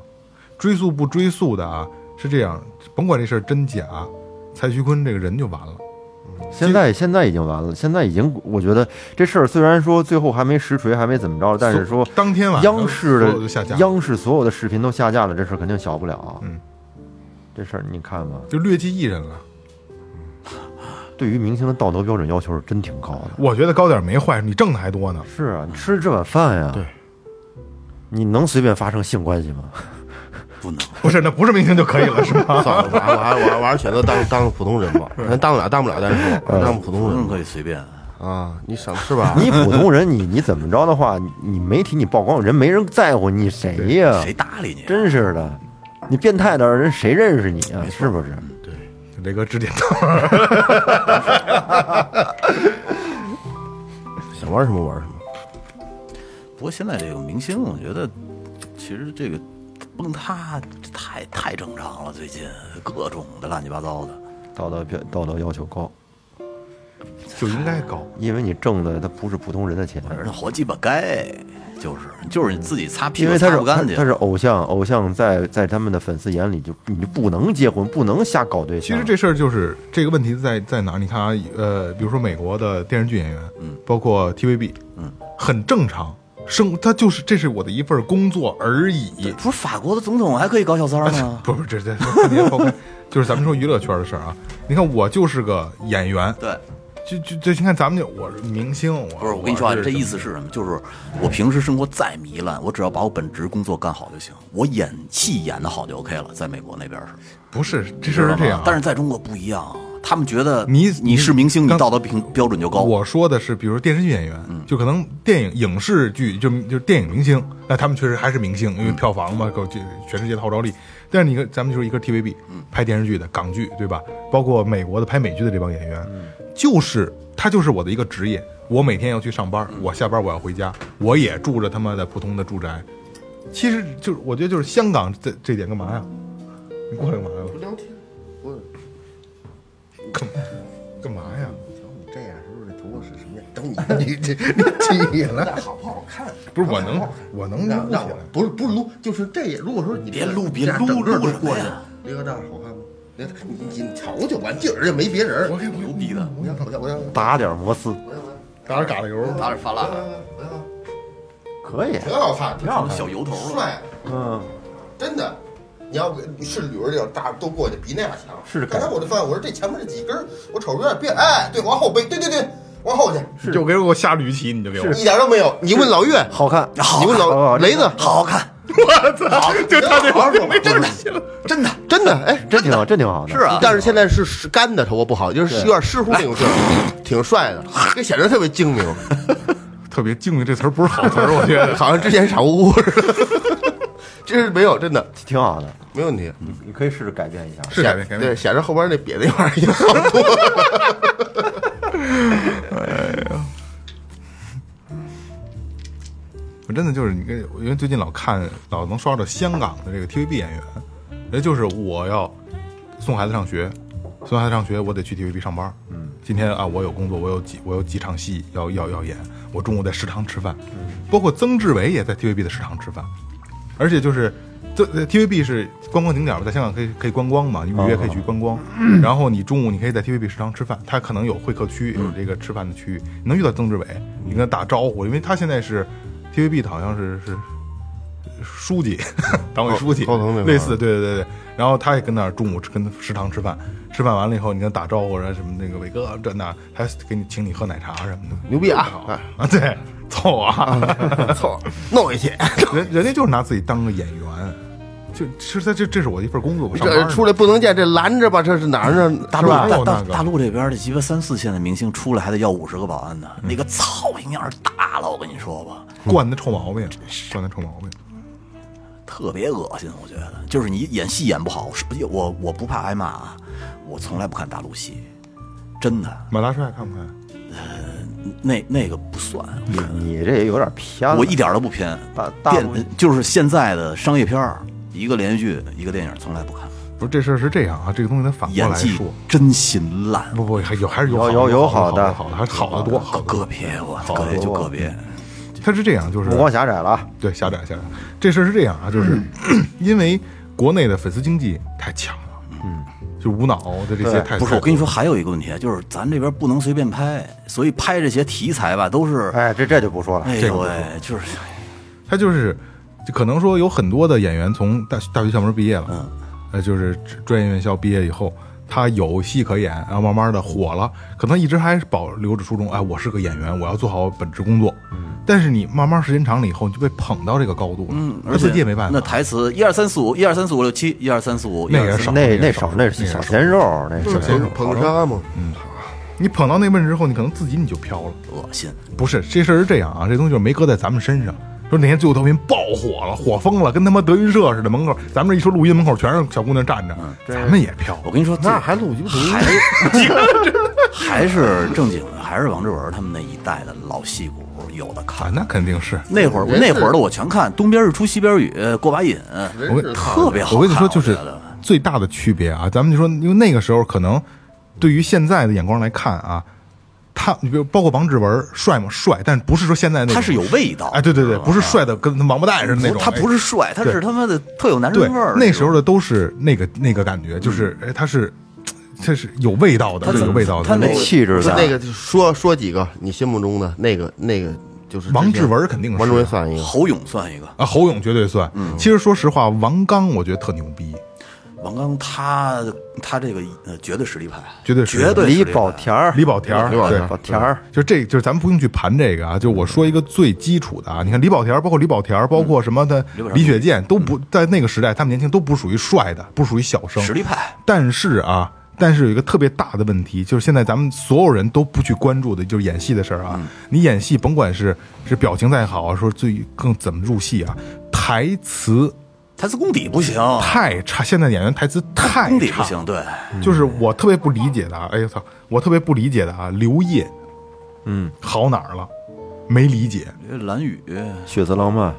[SPEAKER 2] 追诉不追诉的啊，是这样，甭管这事儿真假，蔡徐坤这个人就完了。
[SPEAKER 1] 现在现在已经完了，现在已经我觉得这事儿虽然说最后还没实锤，还没怎么着，但是说
[SPEAKER 2] 所当天晚上
[SPEAKER 1] 央视
[SPEAKER 2] 所有就下架
[SPEAKER 1] 的
[SPEAKER 2] 了
[SPEAKER 1] 央视所有的视频都下架了，这事儿肯定小不了啊。
[SPEAKER 2] 嗯，
[SPEAKER 1] 这事儿你看吧，
[SPEAKER 2] 就劣迹艺人了。
[SPEAKER 1] 对于明星的道德标准要求是真挺高的。
[SPEAKER 2] 我觉得高点儿没坏，你挣的还多呢。
[SPEAKER 1] 是啊，你吃这碗饭呀、
[SPEAKER 4] 对，
[SPEAKER 1] 你能随便发生性关系 吗？
[SPEAKER 3] 不能，
[SPEAKER 2] 不是，那不是明星就可以了，是吗？
[SPEAKER 4] 算了，我还我还我还我还是选择当当个普通人吧，咱当不了当不了，但是我当个普通
[SPEAKER 3] 不能
[SPEAKER 4] 人
[SPEAKER 3] 可以随便。
[SPEAKER 4] 吧啊，你想是吧？
[SPEAKER 1] 你普通人，你你怎么着的话，你你媒体你曝光人没人在乎你谁呀、
[SPEAKER 3] 谁搭理你？啊
[SPEAKER 1] 真是的，你变态的人谁认识你啊？是不是？
[SPEAKER 2] 雷哥指点道。
[SPEAKER 4] 想玩什么玩什么。
[SPEAKER 3] 不过现在这个明星，我觉得其实这个崩塌太太正常了，最近各种的乱七八糟的。
[SPEAKER 1] 道德标道德要求高，
[SPEAKER 2] 就应该高。
[SPEAKER 1] 因为你挣的他不是普通人的钱，
[SPEAKER 3] 人家活鸡巴该，就是就是你自己擦屁
[SPEAKER 1] 因
[SPEAKER 3] 股
[SPEAKER 1] 为他
[SPEAKER 3] 擦
[SPEAKER 1] 是
[SPEAKER 3] 不干
[SPEAKER 1] 他
[SPEAKER 3] 净
[SPEAKER 1] 他。是偶像，偶像在在他们的粉丝眼里就你就不能结婚，不能瞎搞对
[SPEAKER 2] 其
[SPEAKER 1] 象。
[SPEAKER 2] 实这事儿就是这个问题在在哪儿？你看啊，呃，比如说美国的电视剧演员，嗯，包括 TVB，嗯，很正常，生他就是这是我的一份工作而已。啊
[SPEAKER 3] 不是法国的总统还可以搞小三儿 吗？
[SPEAKER 2] 不不，这这这别抛开，就是咱们说娱乐圈的事儿啊。你看我就是个演员，
[SPEAKER 3] 对，
[SPEAKER 2] 就就就你看咱们就我是明星，我
[SPEAKER 3] 不是我跟你说啊，
[SPEAKER 2] 是
[SPEAKER 3] 这意思是什么？就是我平时生活再糜烂，我只要把我本职工作干好就行，我演戏演的好就 OK 了。在美国那边是，
[SPEAKER 2] 不是这事儿是这样啊，
[SPEAKER 3] 但是在中国不一样，他们觉得
[SPEAKER 2] 你
[SPEAKER 3] 你是明星，你
[SPEAKER 2] 刚
[SPEAKER 3] 道德评标准就高。嗯
[SPEAKER 2] 我说的是，比如说电视剧演员，就可能电影、影视剧，就就是电影明星，那他们确实还是明星，
[SPEAKER 3] 嗯
[SPEAKER 2] 因为票房嘛，够全全世界的号召力。但是你看，咱们就是一个 TVB
[SPEAKER 3] 嗯
[SPEAKER 2] 拍电视剧的港剧，对吧？包括美国的拍美剧的这帮演员，
[SPEAKER 3] 嗯
[SPEAKER 2] 就是他就是我的一个职业，我每天要去上班，
[SPEAKER 3] 嗯
[SPEAKER 2] 我下班我要回家，我也住着他妈的普通的住宅。其实就是我觉得就是香港这这点干嘛呀？你过来干嘛呀？聊天，我干干嘛呀？
[SPEAKER 6] 这样是不是图我是什么样？等你你这你起来，好不好看？
[SPEAKER 2] 不是我能我能
[SPEAKER 6] 让
[SPEAKER 2] 录
[SPEAKER 6] 让
[SPEAKER 2] 起
[SPEAKER 6] 我
[SPEAKER 2] 来
[SPEAKER 6] 不是不是撸，就是这也。如果说你
[SPEAKER 3] 别
[SPEAKER 6] 这
[SPEAKER 3] 撸别
[SPEAKER 6] 这样
[SPEAKER 3] 撸
[SPEAKER 6] 整个都
[SPEAKER 3] 撸什么
[SPEAKER 6] 过去
[SPEAKER 3] 呀，
[SPEAKER 6] 雷哥这样好看吗？你看你你你瞧就完劲儿，也没别人。我
[SPEAKER 3] 牛逼的，
[SPEAKER 6] 我想我想我想
[SPEAKER 1] 打点摩斯
[SPEAKER 2] 打点嘎啦油，
[SPEAKER 3] 打点发蜡，
[SPEAKER 1] 可以，
[SPEAKER 6] 挺好看，挺好看，
[SPEAKER 3] 小油头了。
[SPEAKER 6] 帅，嗯，真的。你要给是捋着点大都过去，比那俩强。
[SPEAKER 1] 是
[SPEAKER 6] 刚才我就发现，我说这前面这几根儿，我瞅着有点别，哎，对，往后背，对对对，往后去，
[SPEAKER 2] 你就给我下驴骑，你就 给我，
[SPEAKER 6] 一点都没有。你问老岳，
[SPEAKER 1] 好看。
[SPEAKER 6] 你问老雷子，
[SPEAKER 3] 好好看，
[SPEAKER 2] 啊
[SPEAKER 6] 就他这玩意儿，真的
[SPEAKER 3] 真的
[SPEAKER 4] 真的，哎，
[SPEAKER 1] 真挺好，真挺好的。
[SPEAKER 3] 是啊。
[SPEAKER 4] 但是现在是是干的头发不好，就是有点湿乎那种劲儿，挺帅的，这显得特别精明，
[SPEAKER 2] 特别精明，这词儿不是好词儿，我觉得。
[SPEAKER 4] 好像之前傻乎乎似的。这是没有，真的
[SPEAKER 1] 挺好的，
[SPEAKER 4] 没问题。
[SPEAKER 1] 你你可以试着嗯改变一下。
[SPEAKER 2] 是改变改
[SPEAKER 4] 对，
[SPEAKER 2] 变，
[SPEAKER 4] 显着后边那瘪那玩意儿好多。
[SPEAKER 2] 我真的就是你跟，因为最近老看，老能刷到香港的这个 TVB 演员，那就是我要送孩子上学，送孩子上学，我得去 TVB 上班。嗯，今天啊，我有工作，我有几我有几场戏要要要演，我中午在食堂吃饭，包括曾志伟也在 TVB 的食堂吃饭，而且就是。这呃 TVB 是观光景点嘛，在香港可以可以观光嘛，你预约可以去观光。然后你中午你可以在 TVB 食堂吃饭，它可能有会客区，有这个吃饭的区域，你能遇到曾志伟，你跟他打招呼，因为他现在是 TVB 的好像是是书 记，党委书记，
[SPEAKER 4] 高层那块儿
[SPEAKER 2] 类似，对对对对。然后他也跟那儿中午吃跟食堂吃饭，吃饭完了以后，你跟他打招呼，啊然后什么那个伟哥这那，还给你请你喝奶茶什么的
[SPEAKER 4] 牛逼啊！哎
[SPEAKER 2] 啊，对，凑啊，
[SPEAKER 4] 凑弄一去，
[SPEAKER 2] 人人家就是拿自己当个演员，就其实他这这是我的一份工作，我上班
[SPEAKER 4] 这
[SPEAKER 2] 呢
[SPEAKER 4] 出来不能见，这拦着吧，这是哪儿呢？
[SPEAKER 3] 大
[SPEAKER 2] 是
[SPEAKER 3] 陆
[SPEAKER 2] 吧还
[SPEAKER 3] 大
[SPEAKER 2] 有
[SPEAKER 3] 大
[SPEAKER 2] 哎那个
[SPEAKER 3] 大陆这边的鸡巴三四线的明星出来还得要五十个保安
[SPEAKER 2] 嗯
[SPEAKER 3] 呢，那个操蝇样儿大了，我跟你说吧，
[SPEAKER 2] 惯的臭毛病，惯的臭毛病。
[SPEAKER 3] 特别恶心，我觉得就是你演戏演不好，是我我不怕挨骂啊，我从来不看大陆戏，真的，
[SPEAKER 2] 马大帅看不看？
[SPEAKER 3] 那那个不算，我
[SPEAKER 2] 嗯
[SPEAKER 3] 觉得
[SPEAKER 1] 你这也有点偏了。
[SPEAKER 3] 我一点都不偏
[SPEAKER 1] 大，大部分
[SPEAKER 3] 电就是现在的商业片儿，一个连续剧一个电影从来不看，
[SPEAKER 2] 不是这事儿是这样啊，这个东西得反过
[SPEAKER 3] 演
[SPEAKER 2] 来
[SPEAKER 3] 技
[SPEAKER 2] 说。
[SPEAKER 3] 真心烂，
[SPEAKER 2] 不不，还有还是
[SPEAKER 1] 有
[SPEAKER 2] 有
[SPEAKER 1] 有有
[SPEAKER 2] 好
[SPEAKER 1] 好的
[SPEAKER 2] 好的，还是好的多。好的
[SPEAKER 3] 个
[SPEAKER 2] 多，
[SPEAKER 3] 别我个别就个别，
[SPEAKER 2] 他是这样，就是
[SPEAKER 1] 目光狭窄了啊，
[SPEAKER 2] 对，狭窄狭窄。这事儿是这样啊，就是
[SPEAKER 3] 嗯
[SPEAKER 2] 因为国内的粉丝经济太强了，嗯，就无脑的这些太
[SPEAKER 3] 不是，我跟你说，还有一个问题，啊就是咱这边不能随便拍，所以拍这些题材吧，都是，
[SPEAKER 1] 哎，这这就不说了。
[SPEAKER 3] 哎
[SPEAKER 2] 这个
[SPEAKER 3] 呦
[SPEAKER 2] 不
[SPEAKER 3] 喂
[SPEAKER 2] 说，
[SPEAKER 3] 就是
[SPEAKER 2] 他就是就可能说有很多的演员从大大学校门毕业了，嗯，呃，就是专业院校毕业以后，他有戏可演，然后慢慢的火了，可能一直还保留着初衷，哎，我是个演员，我要做好本职工作。嗯，但是你慢慢时间长了以后，你就被捧到这个高度了，嗯
[SPEAKER 3] 而
[SPEAKER 2] 自
[SPEAKER 3] 且
[SPEAKER 2] 己也没办法。
[SPEAKER 3] 那台词一二三四五，一二三四五六七，一二三四五，
[SPEAKER 2] 那也
[SPEAKER 3] 12
[SPEAKER 2] 少
[SPEAKER 1] 那
[SPEAKER 2] 那
[SPEAKER 1] 那
[SPEAKER 2] 个
[SPEAKER 1] 少
[SPEAKER 2] 少，
[SPEAKER 1] 那
[SPEAKER 2] 那
[SPEAKER 1] 是
[SPEAKER 2] 个
[SPEAKER 1] 小
[SPEAKER 2] 少
[SPEAKER 1] 鲜肉，那是
[SPEAKER 2] 小鲜肉
[SPEAKER 6] 捧杀嘛，
[SPEAKER 2] 你捧到那位置之后，你可能自己你就飘了。
[SPEAKER 3] 恶心，
[SPEAKER 2] 不是，这事儿是这样啊，这东西就是没搁在咱们身上。说那天《最后调频》爆火了，火疯了，跟他妈德云社似的。门口，咱们这一说录音，门口全是小姑娘站着，
[SPEAKER 3] 嗯
[SPEAKER 2] 咱们也飘。
[SPEAKER 3] 我跟你说，
[SPEAKER 4] 那
[SPEAKER 3] 这
[SPEAKER 4] 还录鸡巴什么
[SPEAKER 3] 还 还是正经的，还是王志文他们那一代的老戏骨，有的
[SPEAKER 2] 啊
[SPEAKER 3] 看。，
[SPEAKER 2] 那肯定是。
[SPEAKER 3] 那会儿
[SPEAKER 4] 人是
[SPEAKER 3] 那会儿的我全看，东边日出西边雨，过把瘾，
[SPEAKER 2] 我跟
[SPEAKER 3] 特别好看。
[SPEAKER 2] 我跟你说，就
[SPEAKER 3] 我
[SPEAKER 2] 是
[SPEAKER 3] 觉得
[SPEAKER 2] 最大的区别啊，咱们就说，因为那个时候可能对于现在的眼光来看啊，他，你比如包括王志文，帅吗？帅，但不是说现在那种
[SPEAKER 3] 他是有味道，
[SPEAKER 2] 哎，对对对，不是帅的跟他王八蛋似的那种，
[SPEAKER 3] 他
[SPEAKER 2] 哎
[SPEAKER 3] 不是帅，他
[SPEAKER 2] 对
[SPEAKER 3] 是他妈的特有男
[SPEAKER 2] 对
[SPEAKER 3] 人味儿，。
[SPEAKER 2] 那时候的都是那个那个感觉，就是哎，他是他是有味道的，
[SPEAKER 3] 他
[SPEAKER 2] 是有
[SPEAKER 3] 怎
[SPEAKER 2] 味道的。
[SPEAKER 3] 他那
[SPEAKER 1] 那气质
[SPEAKER 4] 不是
[SPEAKER 1] 在。
[SPEAKER 4] 那个，说说几个你心目中的那个那个，就是
[SPEAKER 2] 王
[SPEAKER 4] 之前
[SPEAKER 2] 志文肯定是哦
[SPEAKER 4] 王志文算一个，
[SPEAKER 3] 侯勇算一个，
[SPEAKER 2] 啊，侯勇绝对算。其实说实话，王刚我觉得特牛逼，
[SPEAKER 3] 王刚他他这个呃绝对实力派，
[SPEAKER 2] 绝对是
[SPEAKER 3] 绝对实
[SPEAKER 1] 李
[SPEAKER 3] 力派
[SPEAKER 1] 宝田儿，
[SPEAKER 2] 李保田儿，
[SPEAKER 4] 李保田儿
[SPEAKER 2] 对
[SPEAKER 1] 宝田儿，
[SPEAKER 2] 就这就是咱们不用去盘这个啊，就我说一个最基础的啊，你看李保田儿，包括李保田儿，包括什么的李雪健，都不在那个时代，他们年轻都不属于帅的，不属于小生
[SPEAKER 3] 实力派，
[SPEAKER 2] 但是啊，但是有一个特别大的问题，就是现在咱们所有人都不去关注的，就是演戏的事儿啊。你演戏，甭管是是表情再好，说最更怎么入戏啊，台词
[SPEAKER 3] 台词功底不行，
[SPEAKER 2] 太差。现在演员台词太
[SPEAKER 3] 功底不
[SPEAKER 2] 差，
[SPEAKER 3] 行，对，
[SPEAKER 2] 就是我特别不理解的啊。哎呦操，我特别不理解的啊，刘烨，嗯，好哪儿了？没理解，
[SPEAKER 3] 蓝宇
[SPEAKER 1] 血色浪漫，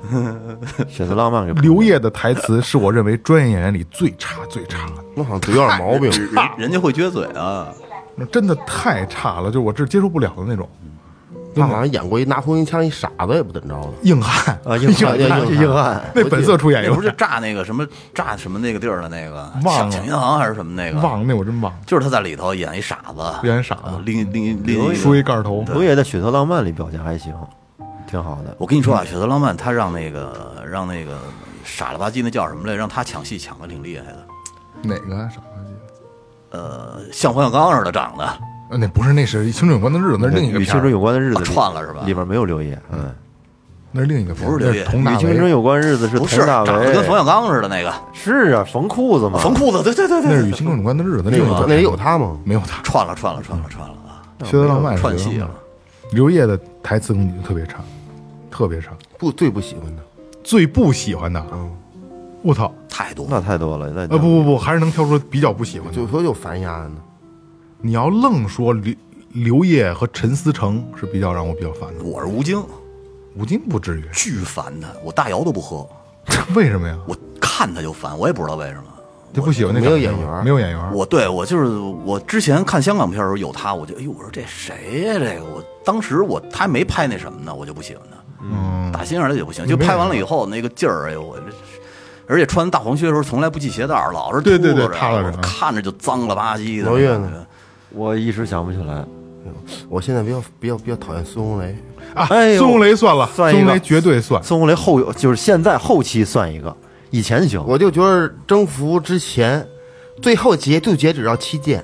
[SPEAKER 1] 血色浪漫给
[SPEAKER 2] 刘烨的台词是我认为专业演员里最差最差的。
[SPEAKER 4] 那好像嘴有点毛病。
[SPEAKER 3] 人家会撅嘴啊，
[SPEAKER 2] 那真的太差了，就是我这接受不了的那种
[SPEAKER 4] 他好像演过一拿红缨枪一傻子也不怎么着的，
[SPEAKER 2] 硬汉
[SPEAKER 1] 啊，硬汉
[SPEAKER 4] 硬
[SPEAKER 1] 硬
[SPEAKER 4] 汉
[SPEAKER 1] 硬汉，
[SPEAKER 2] 那本色出演
[SPEAKER 3] 那
[SPEAKER 2] 员
[SPEAKER 3] 不是炸那个什么炸什么那个地儿的那个，
[SPEAKER 2] 忘
[SPEAKER 3] 抢
[SPEAKER 2] 了
[SPEAKER 3] 抢银行还是什么那个，
[SPEAKER 2] 忘了那我真忘了。
[SPEAKER 3] 就是他在里头演一傻子，
[SPEAKER 2] 演一傻子
[SPEAKER 3] 啊另另另
[SPEAKER 2] 梳一
[SPEAKER 3] 个。
[SPEAKER 2] 盖儿头，
[SPEAKER 1] 刘烨在血色浪漫里表现还行，挺好的。
[SPEAKER 3] 我跟你说啊，血色浪漫他让那个让那个傻了吧唧那叫什么来，让他抢戏抢的挺厉害的，
[SPEAKER 2] 哪个傻
[SPEAKER 3] 呃，像冯小刚似的长得，
[SPEAKER 2] 呃，那不是，那是《青春有关的日子》，那是另一个
[SPEAKER 1] 与
[SPEAKER 2] 片
[SPEAKER 1] 青春
[SPEAKER 2] 儿，
[SPEAKER 1] 有关的日子
[SPEAKER 3] 啊
[SPEAKER 1] 里
[SPEAKER 3] 串了是吧
[SPEAKER 1] 里边没有刘烨，嗯，
[SPEAKER 2] 那是另一个片儿，
[SPEAKER 3] 不是
[SPEAKER 2] 那
[SPEAKER 3] 刘烨
[SPEAKER 2] 佟
[SPEAKER 1] 与
[SPEAKER 2] 大
[SPEAKER 1] 青春
[SPEAKER 2] 为，
[SPEAKER 1] 有关日子是
[SPEAKER 3] 不是
[SPEAKER 1] 佟大
[SPEAKER 3] 长得跟冯
[SPEAKER 1] 为，
[SPEAKER 3] 小刚似的那个
[SPEAKER 1] 是啊，缝裤子嘛，
[SPEAKER 3] 缝裤子，对对对
[SPEAKER 2] 那是《
[SPEAKER 3] 对，
[SPEAKER 2] 与青春有关的日子》，那
[SPEAKER 4] 那
[SPEAKER 2] 是
[SPEAKER 4] 有他那里有他吗？
[SPEAKER 2] 没有他，
[SPEAKER 3] 串了串了串了串了啊，
[SPEAKER 2] 《薛德浪漫》
[SPEAKER 3] 串
[SPEAKER 2] 是
[SPEAKER 3] 戏
[SPEAKER 2] 刘德
[SPEAKER 3] 了
[SPEAKER 2] 浪。刘烨的台词功底特别差，特别差。
[SPEAKER 4] 不，最不喜欢的
[SPEAKER 2] 最不喜欢的，我操，
[SPEAKER 3] 太多了。
[SPEAKER 1] 那太多了，那
[SPEAKER 2] 呃，不不不，还是能挑出比较不喜欢的
[SPEAKER 4] 就。说就烦丫的呢，
[SPEAKER 2] 你要愣说刘刘烨和陈思诚是比较让我比较烦的，
[SPEAKER 3] 我是吴京，
[SPEAKER 2] 吴京不至于，
[SPEAKER 3] 巨烦他，我大姚都不喝，
[SPEAKER 2] 为什么呀？
[SPEAKER 3] 我看他就烦，我也不知道为什么。
[SPEAKER 2] 就不喜欢那
[SPEAKER 4] 没有
[SPEAKER 2] 长相
[SPEAKER 4] 演员
[SPEAKER 2] 没有演员，
[SPEAKER 3] 我对我就是我之前看香港片的时候有他，我就哎呦，我说这谁呀、这个我当时我他还没拍那什么呢，我就不喜欢他，
[SPEAKER 2] 嗯，
[SPEAKER 3] 打心眼儿里就不行。就拍完了以后那个劲儿，哎呦我这，而且穿大黄靴的时候从来不系鞋带儿，老是
[SPEAKER 2] 对对对
[SPEAKER 3] 秃噜着
[SPEAKER 2] 塌了着
[SPEAKER 3] 我看着就脏了吧唧的。
[SPEAKER 4] 王岳呢？
[SPEAKER 1] 我一时想不起来，
[SPEAKER 4] 我现在比较比较比较讨厌孙红雷，
[SPEAKER 2] 啊，
[SPEAKER 1] 哎呦
[SPEAKER 2] 孙红雷算了，
[SPEAKER 1] 算一个
[SPEAKER 2] 孙红雷绝对算。
[SPEAKER 1] 孙红雷后就是现在后期算一个，以前行，
[SPEAKER 4] 我就觉得征服之前，最后截就截止到七剑，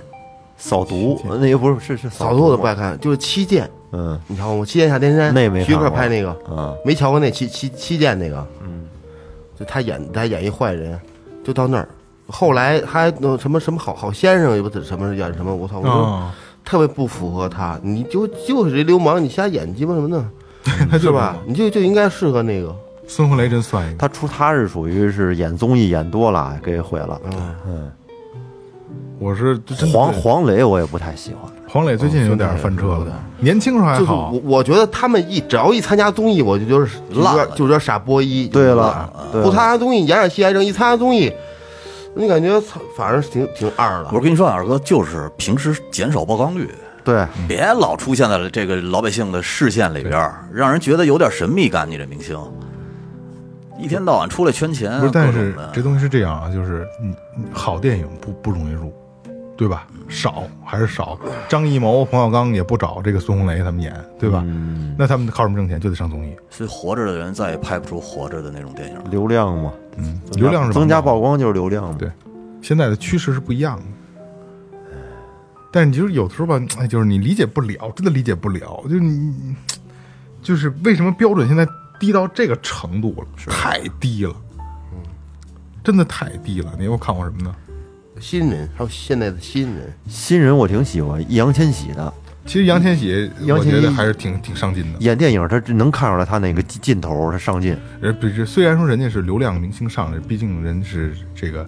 [SPEAKER 1] 扫毒那个不是是是
[SPEAKER 4] 早
[SPEAKER 1] 毒
[SPEAKER 4] 做的
[SPEAKER 1] 吗
[SPEAKER 4] 哦不爱看，就是七剑，
[SPEAKER 1] 嗯
[SPEAKER 4] 你瞧我七剑下天山，
[SPEAKER 1] 那没
[SPEAKER 4] 徐克
[SPEAKER 1] 看过
[SPEAKER 4] 拍那个，
[SPEAKER 1] 嗯，
[SPEAKER 4] 没瞧过那七七七剑那个，嗯，就他演他演一坏人，就到那儿。后来还呃什么什么好好先生也不是什么演什么，我操，我就、
[SPEAKER 2] 嗯，
[SPEAKER 4] 特别不符合他。你就就是一流氓，你瞎演鸡巴什么呢？
[SPEAKER 2] 他就是
[SPEAKER 4] 吧？你就就应该适合那个。
[SPEAKER 2] 孙红雷真算一个。
[SPEAKER 1] 他出他是属于是演综艺演多了给毁了，
[SPEAKER 2] 我是真的
[SPEAKER 1] 黄嗯黄磊我也不太喜欢，
[SPEAKER 2] 黄磊最近有点翻车了，年轻时候还
[SPEAKER 4] 就是
[SPEAKER 2] 好
[SPEAKER 4] 我，，我觉得他们一只要一参加综艺，我就觉得是就
[SPEAKER 3] 烂
[SPEAKER 4] 有
[SPEAKER 3] 了
[SPEAKER 4] 点就有点傻波一。
[SPEAKER 1] 对
[SPEAKER 4] 就是
[SPEAKER 1] 了，对
[SPEAKER 4] 不参
[SPEAKER 1] 了，
[SPEAKER 4] 加综艺演点戏癌症，一参加综艺，你感觉操反正挺挺二了
[SPEAKER 3] 我。跟你说，二哥就是平时减少曝光率，
[SPEAKER 1] 对，
[SPEAKER 3] 别老出现在了这个老百姓的视线里边儿，让人觉得有点神秘感。你这明星，一天到晚出来圈钱啊，
[SPEAKER 1] 嗯
[SPEAKER 2] 不是，但是
[SPEAKER 3] 各种
[SPEAKER 2] 这
[SPEAKER 3] 的
[SPEAKER 2] 东西是这样啊，就是你你好电影不不容易入，对吧？少还是少。张艺谋、冯小刚也不找这个孙红雷他们演，对吧？
[SPEAKER 1] 嗯
[SPEAKER 2] 那他们靠什么挣钱？就得上综艺，
[SPEAKER 3] 所以活着的人再也拍不出活着的那种电影。
[SPEAKER 1] 流量嘛，增加
[SPEAKER 2] 嗯流量是
[SPEAKER 1] 增加
[SPEAKER 2] 光。
[SPEAKER 1] 曝光就是流量嘛，
[SPEAKER 2] 对现在的趋势是不一样的。但是你就是有的时候吧，哎，就是你理解不了，真的理解不了，就是你，就是为什么标准现在低到这个程度了，太低了，真的太低了。你又看过什么呢？
[SPEAKER 4] 新人还有现在的新人，
[SPEAKER 1] 新人我挺喜欢易烊千玺的，
[SPEAKER 2] 其实杨千玺，
[SPEAKER 1] 嗯杨
[SPEAKER 2] 我
[SPEAKER 1] 千玺
[SPEAKER 2] 觉得还是挺挺上进的。
[SPEAKER 1] 演电影他能看出来他那个劲劲头，他上劲，
[SPEAKER 2] 呃，不是，虽然说人家是流量明星上来，毕竟人是这个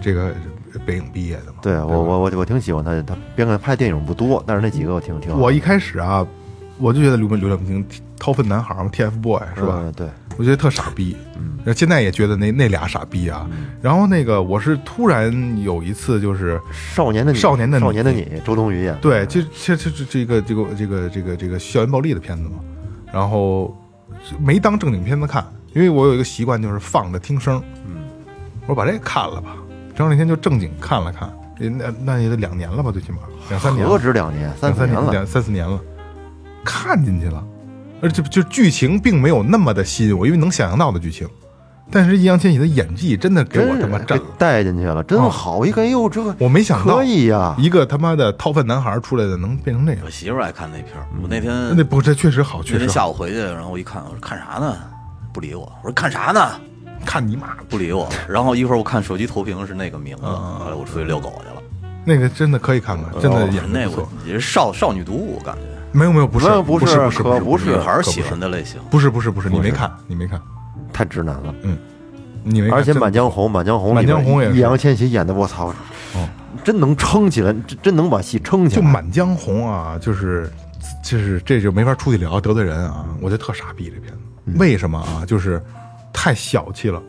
[SPEAKER 2] 这个北影毕业的嘛。
[SPEAKER 1] 对我我我我挺喜欢他，他别看拍电影不多，但是那几个我挺挺好
[SPEAKER 2] 我一开始啊，我就觉得流流量明星掏粪男孩嘛，TFBOY 是吧？
[SPEAKER 1] 嗯对，
[SPEAKER 2] 我觉得特傻逼，嗯，现在也觉得那那俩傻逼啊。然后那个我是突然有一次就是，
[SPEAKER 1] 少年的你，
[SPEAKER 2] 少年的你
[SPEAKER 1] 少年的你，周冬雨演的，
[SPEAKER 2] 对，这这这这这个这个这个这个这个校园暴力的片子嘛，然后没当正经片子看，因为我有一个习惯就是放着听声，嗯，我说把这个看了吧，然后那天就正经看了看，也那那也得两年了吧，最起码两三年了
[SPEAKER 1] 何止两年，三
[SPEAKER 2] 两
[SPEAKER 1] 四
[SPEAKER 2] 三
[SPEAKER 1] 年了，
[SPEAKER 2] 两三四年了，看进去了，而且就剧情并没有那么的吸引我，因为能想象到的剧情，但是易烊千玺的演技真的给
[SPEAKER 1] 真
[SPEAKER 2] 我
[SPEAKER 1] 是
[SPEAKER 2] 他妈震
[SPEAKER 1] 给
[SPEAKER 2] 了，
[SPEAKER 1] 带进去了，真好！一看，哎呦，这个
[SPEAKER 2] 我没想到
[SPEAKER 1] 可以呀，
[SPEAKER 2] 一个他妈的掏粪男孩出来的能变成那样
[SPEAKER 3] 我，媳妇儿爱看那片儿，我那天
[SPEAKER 2] 嗯那不这确实好，
[SPEAKER 3] 那
[SPEAKER 2] 确
[SPEAKER 3] 天
[SPEAKER 2] 实好，
[SPEAKER 3] 下午回去，然后我一看，我说看啥呢？不理我，我说看啥呢？
[SPEAKER 2] 看你妈
[SPEAKER 3] 不理 我。然后一会儿我看手机投屏是那个名字，后来我出去遛狗去了。
[SPEAKER 2] 那个真的可以看看，嗯
[SPEAKER 1] 哦
[SPEAKER 2] 真的演
[SPEAKER 3] 那
[SPEAKER 2] 的不
[SPEAKER 3] 我
[SPEAKER 2] 错，
[SPEAKER 3] 也是少少女读物，我感觉
[SPEAKER 2] 没有没有不是
[SPEAKER 1] 那
[SPEAKER 2] 不
[SPEAKER 1] 不是
[SPEAKER 2] 不是
[SPEAKER 1] 可
[SPEAKER 2] 不
[SPEAKER 1] 不
[SPEAKER 3] 女
[SPEAKER 1] 是
[SPEAKER 3] 孩儿
[SPEAKER 2] 可
[SPEAKER 3] 喜
[SPEAKER 2] 不是
[SPEAKER 3] 欢的类型。
[SPEAKER 2] 不是不是不是你没看你没看
[SPEAKER 1] 太直男了。
[SPEAKER 2] 你没看，
[SPEAKER 1] 而且《
[SPEAKER 2] 真的
[SPEAKER 1] 满江红》《满江红》
[SPEAKER 2] 满
[SPEAKER 1] 里边
[SPEAKER 2] 江红也是哦
[SPEAKER 1] 易烊千玺演的，我操，真能撑起来，真真能把戏撑起
[SPEAKER 2] 就《
[SPEAKER 1] 来。
[SPEAKER 2] 满江红》啊，就是就是这就没法出去聊，得罪人啊，我觉得特傻逼这片子。为什么啊？就是太小气了，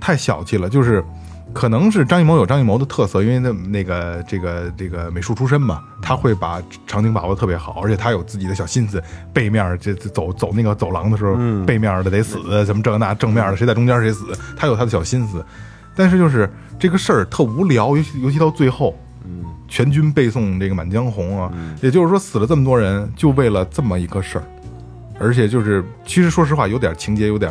[SPEAKER 2] 太小气了。就是可能是张艺谋有张艺谋的特色，因为那那个这个这个美术出身嘛，他会把场景把握得特别好，而且他有自己的小心思。背面儿这这走走那个走廊的时候，背面儿的得死，什么这个那，正面儿的谁在中间儿谁死，他有他的小心思。但是就是这个事儿特无聊，尤其尤其到最后，全军背诵这个《满江红》啊，也就是说死了这么多人，就为了这么一个事儿，而且就是其实说实话，有点情节有点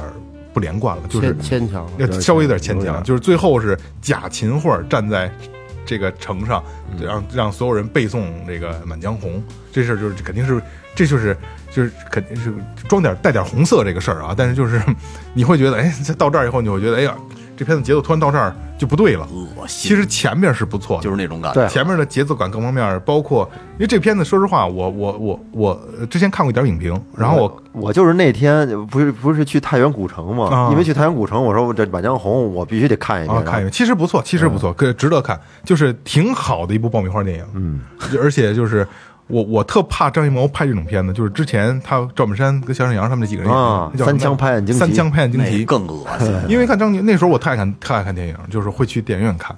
[SPEAKER 2] 不连贯了，就是
[SPEAKER 4] 牵牵强了。
[SPEAKER 2] 要稍微有点牵强，就是最后是假秦桧站在这个城上，让让所有人背诵这个《满江红》，这事儿就是肯定是这就是就是肯定是装点带点红色这个事儿啊，但是就是你会觉得，哎，这到这儿以后你会觉得，哎呀，这片子节奏突然到这儿就不对了。
[SPEAKER 3] 恶心，
[SPEAKER 2] 其实前面是不错的，
[SPEAKER 3] 就是那种感
[SPEAKER 1] 对
[SPEAKER 3] 觉。
[SPEAKER 2] 前面的节奏感各方面，包括因为这片子，说实话，我我我我呃之前看过一点影评，然后我
[SPEAKER 1] 我就是那天不是不是去太原古城嘛
[SPEAKER 2] 啊，
[SPEAKER 1] 因为去太原古城，我说我这《满江红》我必须得看一嗯
[SPEAKER 2] 啊
[SPEAKER 1] 遍，
[SPEAKER 2] 看一遍，其实不错，其实不错，可值得看，就是挺好的一部爆米花电影。嗯，而且就是我我特怕张艺谋拍这种片子，就是之前他赵本山跟小沈阳他们这几个人演的
[SPEAKER 1] 啊
[SPEAKER 2] 那叫什
[SPEAKER 1] 三
[SPEAKER 2] 么
[SPEAKER 1] 枪拍案惊奇
[SPEAKER 2] 三枪拍案惊
[SPEAKER 3] 那
[SPEAKER 2] 奇，
[SPEAKER 3] 更恶 心，
[SPEAKER 2] 因为看张艺那时候我特爱看特爱看电影，就是会去电影院看，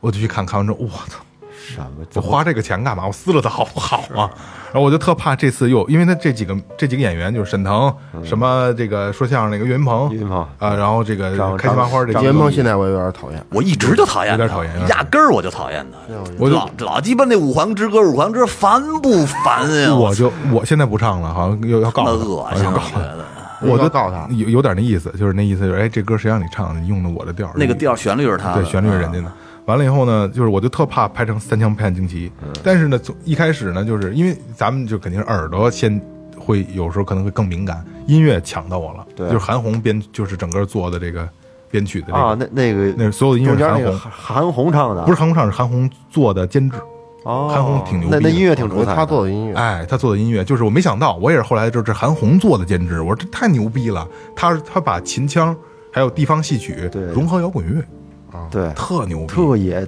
[SPEAKER 2] 我就去看，看完之后，我操，
[SPEAKER 1] 什嗯么？
[SPEAKER 2] 我花这个钱干嘛？我撕了它好不好啊？然后我就特怕这次又，因为他这几个这几个演员就是沈腾，什么这个说相声那个岳云鹏，
[SPEAKER 1] 嗯岳云鹏
[SPEAKER 2] 啊，然后这个
[SPEAKER 1] 张
[SPEAKER 2] 开心麻花这
[SPEAKER 4] 岳云鹏
[SPEAKER 2] 些，
[SPEAKER 4] 现在我有点讨厌，
[SPEAKER 3] 我一直就讨厌他，
[SPEAKER 2] 有点讨厌有点讨
[SPEAKER 3] 压
[SPEAKER 2] 厌
[SPEAKER 3] 根儿我就讨厌他。
[SPEAKER 2] 我就
[SPEAKER 3] 老老鸡巴那五环之歌，五环之歌烦不烦呀？
[SPEAKER 2] 我就我现在不唱了，好像又要告
[SPEAKER 3] 他妈
[SPEAKER 2] 他，
[SPEAKER 3] 恶
[SPEAKER 2] 好
[SPEAKER 3] 心，
[SPEAKER 2] 像
[SPEAKER 3] 我
[SPEAKER 2] 告
[SPEAKER 3] 觉
[SPEAKER 2] 他
[SPEAKER 3] 得
[SPEAKER 2] 我就
[SPEAKER 4] 要告他
[SPEAKER 2] 有有点那意思，就是那意思就是，哎，这歌谁让你唱的？你用的我的调儿，
[SPEAKER 3] 那个调啊旋律是他的，
[SPEAKER 2] 对，旋律是人家的。完了以后呢，就是我就特怕拍成三枪拍案惊奇，但是呢，从一开始呢，就是因为咱们就肯定是耳朵先会有时候可能会更敏感，音乐抢到我了，
[SPEAKER 1] 对
[SPEAKER 2] 就是韩红编就是整个做的这个编曲的这个，
[SPEAKER 1] 啊，那那个
[SPEAKER 2] 那是所有的音乐
[SPEAKER 1] 中
[SPEAKER 2] 是
[SPEAKER 1] 间
[SPEAKER 2] 韩
[SPEAKER 1] 那个
[SPEAKER 2] 红，
[SPEAKER 1] 韩韩红唱的，
[SPEAKER 2] 不是韩红唱，是韩红做的监制，
[SPEAKER 1] 哦，
[SPEAKER 2] 韩红挺牛逼
[SPEAKER 1] 那
[SPEAKER 2] 的
[SPEAKER 1] 那音乐挺
[SPEAKER 4] 我觉
[SPEAKER 1] 出
[SPEAKER 4] 得
[SPEAKER 1] 彩，
[SPEAKER 4] 他做的音乐，
[SPEAKER 2] 哎，他做的音乐就是我没想到，我也是后来就是这韩红做的监制，我说这太牛逼了，他他把秦腔还有地方戏曲
[SPEAKER 1] 对
[SPEAKER 2] 融合摇滚乐，
[SPEAKER 1] 对，
[SPEAKER 2] 特牛逼，
[SPEAKER 1] 特啊野，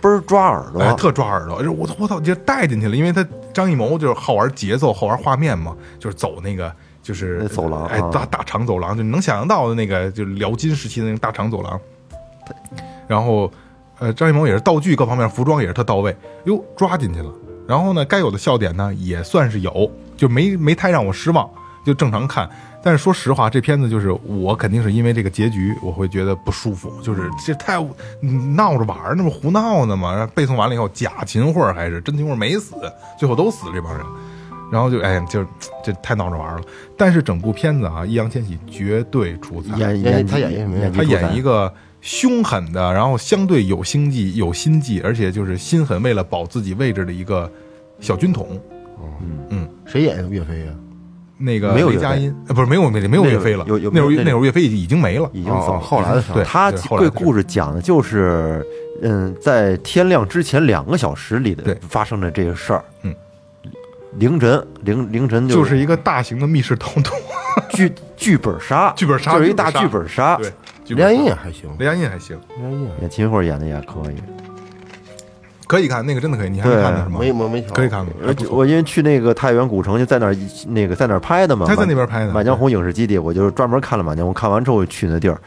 [SPEAKER 1] 倍儿抓耳朵，
[SPEAKER 2] 哎，特抓耳朵。哎我我操，就带进去了，因为他张艺谋就是好玩节奏，好玩画面嘛，就是走那个就是
[SPEAKER 1] 那走廊
[SPEAKER 2] 哎
[SPEAKER 1] 啊，
[SPEAKER 2] 大大长走廊，就你能想象到的那个，就辽金时期的那个大长走廊。然后，呃，张艺谋也是道具各方面，服装也是特到位，哟，抓进去了。然后呢，该有的笑点呢也算是有，就没没太让我失望，就正常看。但是说实话，这片子就是我肯定是因为这个结局，我会觉得不舒服，就是这太嗯闹着玩儿，那不胡闹呢吗？然后背诵完了以后，假秦桧儿还是真秦桧儿没死，最后都死了这帮人。然后就哎，就这太闹着玩儿了。但是整部片子啊，易烊千玺绝对出彩，
[SPEAKER 1] 演
[SPEAKER 4] 演
[SPEAKER 1] 演
[SPEAKER 4] 哎他演
[SPEAKER 1] 技
[SPEAKER 4] 没
[SPEAKER 1] 演
[SPEAKER 4] 问
[SPEAKER 1] 技
[SPEAKER 2] 他
[SPEAKER 1] 出彩
[SPEAKER 2] 演一个凶狠的，然后相对有心计、有心计，而且就是心狠，为了保自己位置的一个小军统。
[SPEAKER 4] 谁演的岳飞呀？
[SPEAKER 2] 那个
[SPEAKER 1] 没有
[SPEAKER 2] 雷
[SPEAKER 1] 岳
[SPEAKER 2] 佳
[SPEAKER 1] 飞
[SPEAKER 2] 音，呃，不是没有没没有
[SPEAKER 1] 那
[SPEAKER 2] 岳
[SPEAKER 1] 个
[SPEAKER 2] 飞了，
[SPEAKER 1] 有有
[SPEAKER 2] 那会
[SPEAKER 1] 有那
[SPEAKER 2] 儿那
[SPEAKER 1] 个
[SPEAKER 2] 会儿岳飞已已经没了。
[SPEAKER 1] 已经走
[SPEAKER 4] 哦，
[SPEAKER 1] 了，
[SPEAKER 4] 后来的事儿
[SPEAKER 2] 对
[SPEAKER 1] 他
[SPEAKER 2] 对后来
[SPEAKER 1] 这
[SPEAKER 2] 的事儿
[SPEAKER 1] 故事讲的就是，嗯，在天亮之前两个小时里的
[SPEAKER 2] 对
[SPEAKER 1] 发生的这个事儿。
[SPEAKER 2] 嗯，
[SPEAKER 1] 凌晨凌凌晨
[SPEAKER 2] 就是一个大型的密室逃 脱，
[SPEAKER 1] 剧剧本杀，
[SPEAKER 2] 剧本杀
[SPEAKER 1] 就是一大
[SPEAKER 2] 剧
[SPEAKER 1] 剧
[SPEAKER 2] 本杀
[SPEAKER 1] 本杀。
[SPEAKER 2] 对，剧
[SPEAKER 4] 雷
[SPEAKER 2] 本
[SPEAKER 4] 佳
[SPEAKER 2] 杀
[SPEAKER 4] 音也，
[SPEAKER 1] 啊
[SPEAKER 4] 还行，
[SPEAKER 2] 雷佳音还行，
[SPEAKER 4] 雷佳音也还行
[SPEAKER 1] 演秦桧演的也可以，
[SPEAKER 2] 可以看那个真的可以，你还没
[SPEAKER 1] 对
[SPEAKER 2] 看呢是吗？
[SPEAKER 4] 没没没瞧，
[SPEAKER 2] 可以看看，还
[SPEAKER 1] 而
[SPEAKER 2] 不
[SPEAKER 1] 且
[SPEAKER 2] 错
[SPEAKER 1] 呃我因为去那个太原古城，就在那儿那个在那儿拍的嘛，
[SPEAKER 2] 他在那边拍的
[SPEAKER 1] 满江红影视基地，我就是专门看了满江红，看完之后去那地儿，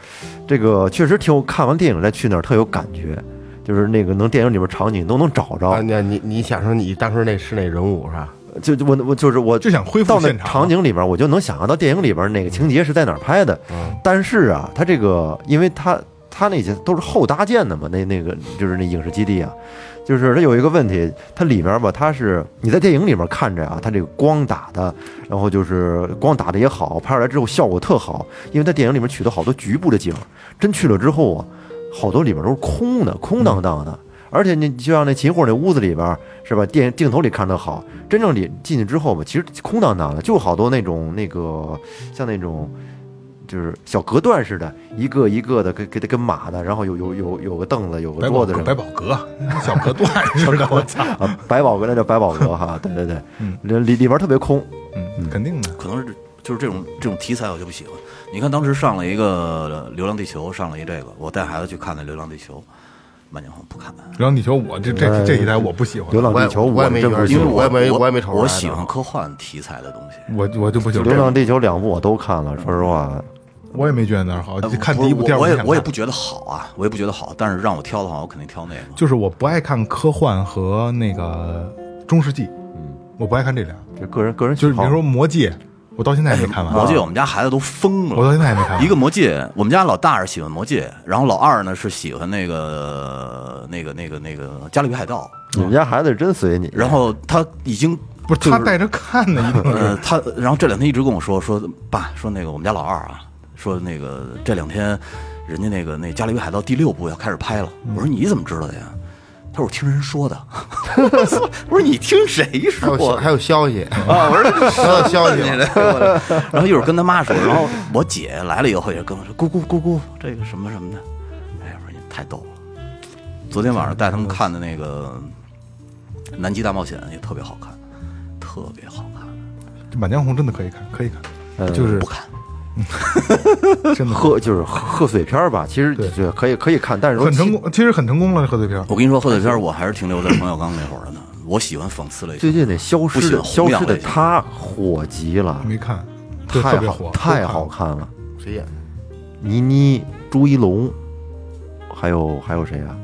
[SPEAKER 1] 这个确实挺有，看完电影再去那儿特有感觉，就是那个能电影里边场景都能找
[SPEAKER 4] 啊，
[SPEAKER 1] 着，
[SPEAKER 4] 你你你想说你当时那是那人物是吧？
[SPEAKER 1] 就就我我就是我
[SPEAKER 2] 就想恢复
[SPEAKER 1] 到那
[SPEAKER 2] 现场
[SPEAKER 1] 场景里边，我就能想象到电影里边哪个情节是在哪儿拍的。
[SPEAKER 2] 嗯
[SPEAKER 1] 但是啊，它这个，因为它它那些都是后搭建的嘛，那那个就是那影视基地啊，就是它有一个问题，它里面吧，它是你在电影里面看着啊，它这个光打的，然后就是光打的也好，拍出来之后效果特好，因为在电影里面取的好多局部的景，真去了之后啊，好多里面都是空的，空荡荡的。而且你就像那秦桧那屋子里边儿是吧？电镜头里看着好，真正里进去之后吧，其实空荡荡的，就好多那种那个像那种就是小隔断似的，一个一个的跟跟跟码的，然后有有有有个凳子，有个
[SPEAKER 2] 百
[SPEAKER 1] 桌
[SPEAKER 2] 宝
[SPEAKER 1] 子什么
[SPEAKER 2] 百宝阁， 小隔断似的，我操，
[SPEAKER 1] 啊，百宝阁那叫百宝阁 哈，对对对，里里里边儿特别空，
[SPEAKER 2] 嗯，肯定的，
[SPEAKER 3] 可能是就是这种这种题材我就不喜欢。你看当时上了一个呃《流浪地球》，上了一这个，我带孩子去看的《流浪地球》，满江红不看，
[SPEAKER 2] 《流浪地球》我这这这一代我不喜欢，
[SPEAKER 1] 流浪
[SPEAKER 4] 我
[SPEAKER 1] 地
[SPEAKER 4] 也
[SPEAKER 1] 球
[SPEAKER 4] 我也没
[SPEAKER 1] 真
[SPEAKER 4] 觉
[SPEAKER 1] 不
[SPEAKER 4] 得
[SPEAKER 1] 喜
[SPEAKER 4] 因
[SPEAKER 1] 欢
[SPEAKER 4] 为我也没
[SPEAKER 3] 我
[SPEAKER 4] 我也没啊瞅出来
[SPEAKER 3] 我
[SPEAKER 4] 呢
[SPEAKER 3] 喜欢科幻题材的东西。
[SPEAKER 2] 我我就不喜欢。
[SPEAKER 1] 流浪地球两部我都看了，说实话，
[SPEAKER 2] 我也没觉得哪儿好，就看
[SPEAKER 3] 不
[SPEAKER 2] 第
[SPEAKER 3] 是
[SPEAKER 2] 一部、第二部
[SPEAKER 3] 呃我我也
[SPEAKER 2] 想看
[SPEAKER 3] 我也不觉得好啊，我也不觉得好。但是让我挑的话，我肯定挑那个。
[SPEAKER 2] 就是我不爱看科幻和那个中世纪，我不爱看这俩。
[SPEAKER 1] 这个人个人喜
[SPEAKER 2] 就是比
[SPEAKER 1] 好
[SPEAKER 2] 如说《魔戒》，我到现在也没看完。
[SPEAKER 3] 魔戒，我们家孩子都疯了。
[SPEAKER 2] 我到现在也没看完
[SPEAKER 3] 一个魔戒，我们家老大是喜欢魔戒，然后老二呢是喜欢那个那个那个那个加勒比海盗。
[SPEAKER 1] 你们家孩子是真随
[SPEAKER 2] 嗯
[SPEAKER 1] 你，
[SPEAKER 3] 然后他已经
[SPEAKER 2] 不是
[SPEAKER 3] 就
[SPEAKER 2] 他带着看的，一定
[SPEAKER 3] 呃，
[SPEAKER 2] 是。
[SPEAKER 3] 他然后这两天一直跟我说说爸，说那个我们家老二啊，说那个这两天人家那个那《加勒比海盗》第六部要开始拍了。
[SPEAKER 2] 嗯
[SPEAKER 3] 我说你怎么知道的呀？他说我听人说 的。我说你听谁
[SPEAKER 4] 还有
[SPEAKER 2] 哎
[SPEAKER 4] 消
[SPEAKER 3] 说的？
[SPEAKER 4] 还有消息啊，我说还有消 息 了，
[SPEAKER 3] 然后一会儿跟他妈说，然后我姐来了以后也跟我说姑姑姑姑这个什么什么的。哎，我说你太逗了。昨天晚上带他们看的那个《南极大冒险》也特别好看，特别好看。
[SPEAKER 2] 满江红》真的可以看，可以看，就是
[SPEAKER 3] 不看，
[SPEAKER 2] 真的
[SPEAKER 1] 贺就是贺贺岁片儿吧，其实就可以可以看，但是说
[SPEAKER 2] 很成功，其实很成功了。贺岁片，
[SPEAKER 3] 我跟你说，贺岁片儿我还是停留在冯小刚那会儿的呢。我喜欢讽刺类
[SPEAKER 1] 最
[SPEAKER 3] 型，
[SPEAKER 1] 近那消
[SPEAKER 3] 不
[SPEAKER 1] 失
[SPEAKER 3] 喜
[SPEAKER 1] 的
[SPEAKER 3] 欢
[SPEAKER 1] 消
[SPEAKER 3] 弘扬
[SPEAKER 1] 失的
[SPEAKER 3] 类型
[SPEAKER 1] 他火极了，
[SPEAKER 2] 没看，嗯对，特
[SPEAKER 1] 太
[SPEAKER 2] 别
[SPEAKER 1] 好
[SPEAKER 2] 火，
[SPEAKER 1] 太
[SPEAKER 2] 都
[SPEAKER 1] 好看了。
[SPEAKER 4] 谁演的？
[SPEAKER 1] 倪妮、朱一龙，还有还有谁啊？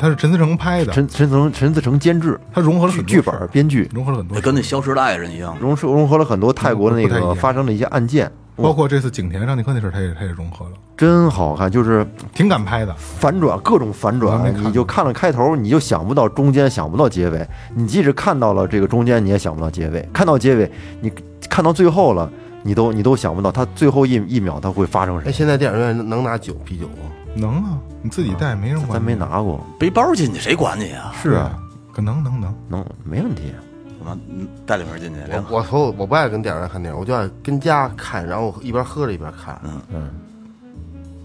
[SPEAKER 2] 它是陈思诚拍的，
[SPEAKER 1] 陈陈思诚陈思诚监制，
[SPEAKER 2] 它融合了
[SPEAKER 1] 剧
[SPEAKER 2] 很多
[SPEAKER 1] 剧
[SPEAKER 2] 事儿
[SPEAKER 1] 本、编剧，
[SPEAKER 2] 融合了很多
[SPEAKER 3] 那
[SPEAKER 2] 事儿，
[SPEAKER 3] 跟那消失的爱人一样，
[SPEAKER 1] 融融合了很多泰国的那
[SPEAKER 2] 不太一
[SPEAKER 1] 个
[SPEAKER 2] 样哦
[SPEAKER 1] 发生的一些案件，
[SPEAKER 2] 包括这次景田上那科那事儿，它也它也融合了，
[SPEAKER 1] 真好看，就是
[SPEAKER 2] 挺敢拍的。
[SPEAKER 1] 反转，各种反
[SPEAKER 2] 我还没
[SPEAKER 1] 转，
[SPEAKER 2] 看
[SPEAKER 1] 你就看了开头，你就想不到中间，想不到结尾。你即使看到了这个中间，你也想不到结尾；看到结尾，你看到最后了，你都你都想不到它最后一一秒它会发生什
[SPEAKER 4] 哎，
[SPEAKER 1] 么。
[SPEAKER 4] 现在电影院能能拿酒啤酒吗？
[SPEAKER 2] 能啊，你自己带没人管，
[SPEAKER 1] 啊咱没。拿过，
[SPEAKER 3] 背包进去谁管你啊？
[SPEAKER 2] 是啊，可能能能，
[SPEAKER 1] 能没问题。
[SPEAKER 3] 我妈嗯带里面进去，连
[SPEAKER 4] 我我头我不爱跟电影院看电影，我就爱跟家看，然后我一边喝着一边看。嗯
[SPEAKER 1] 嗯，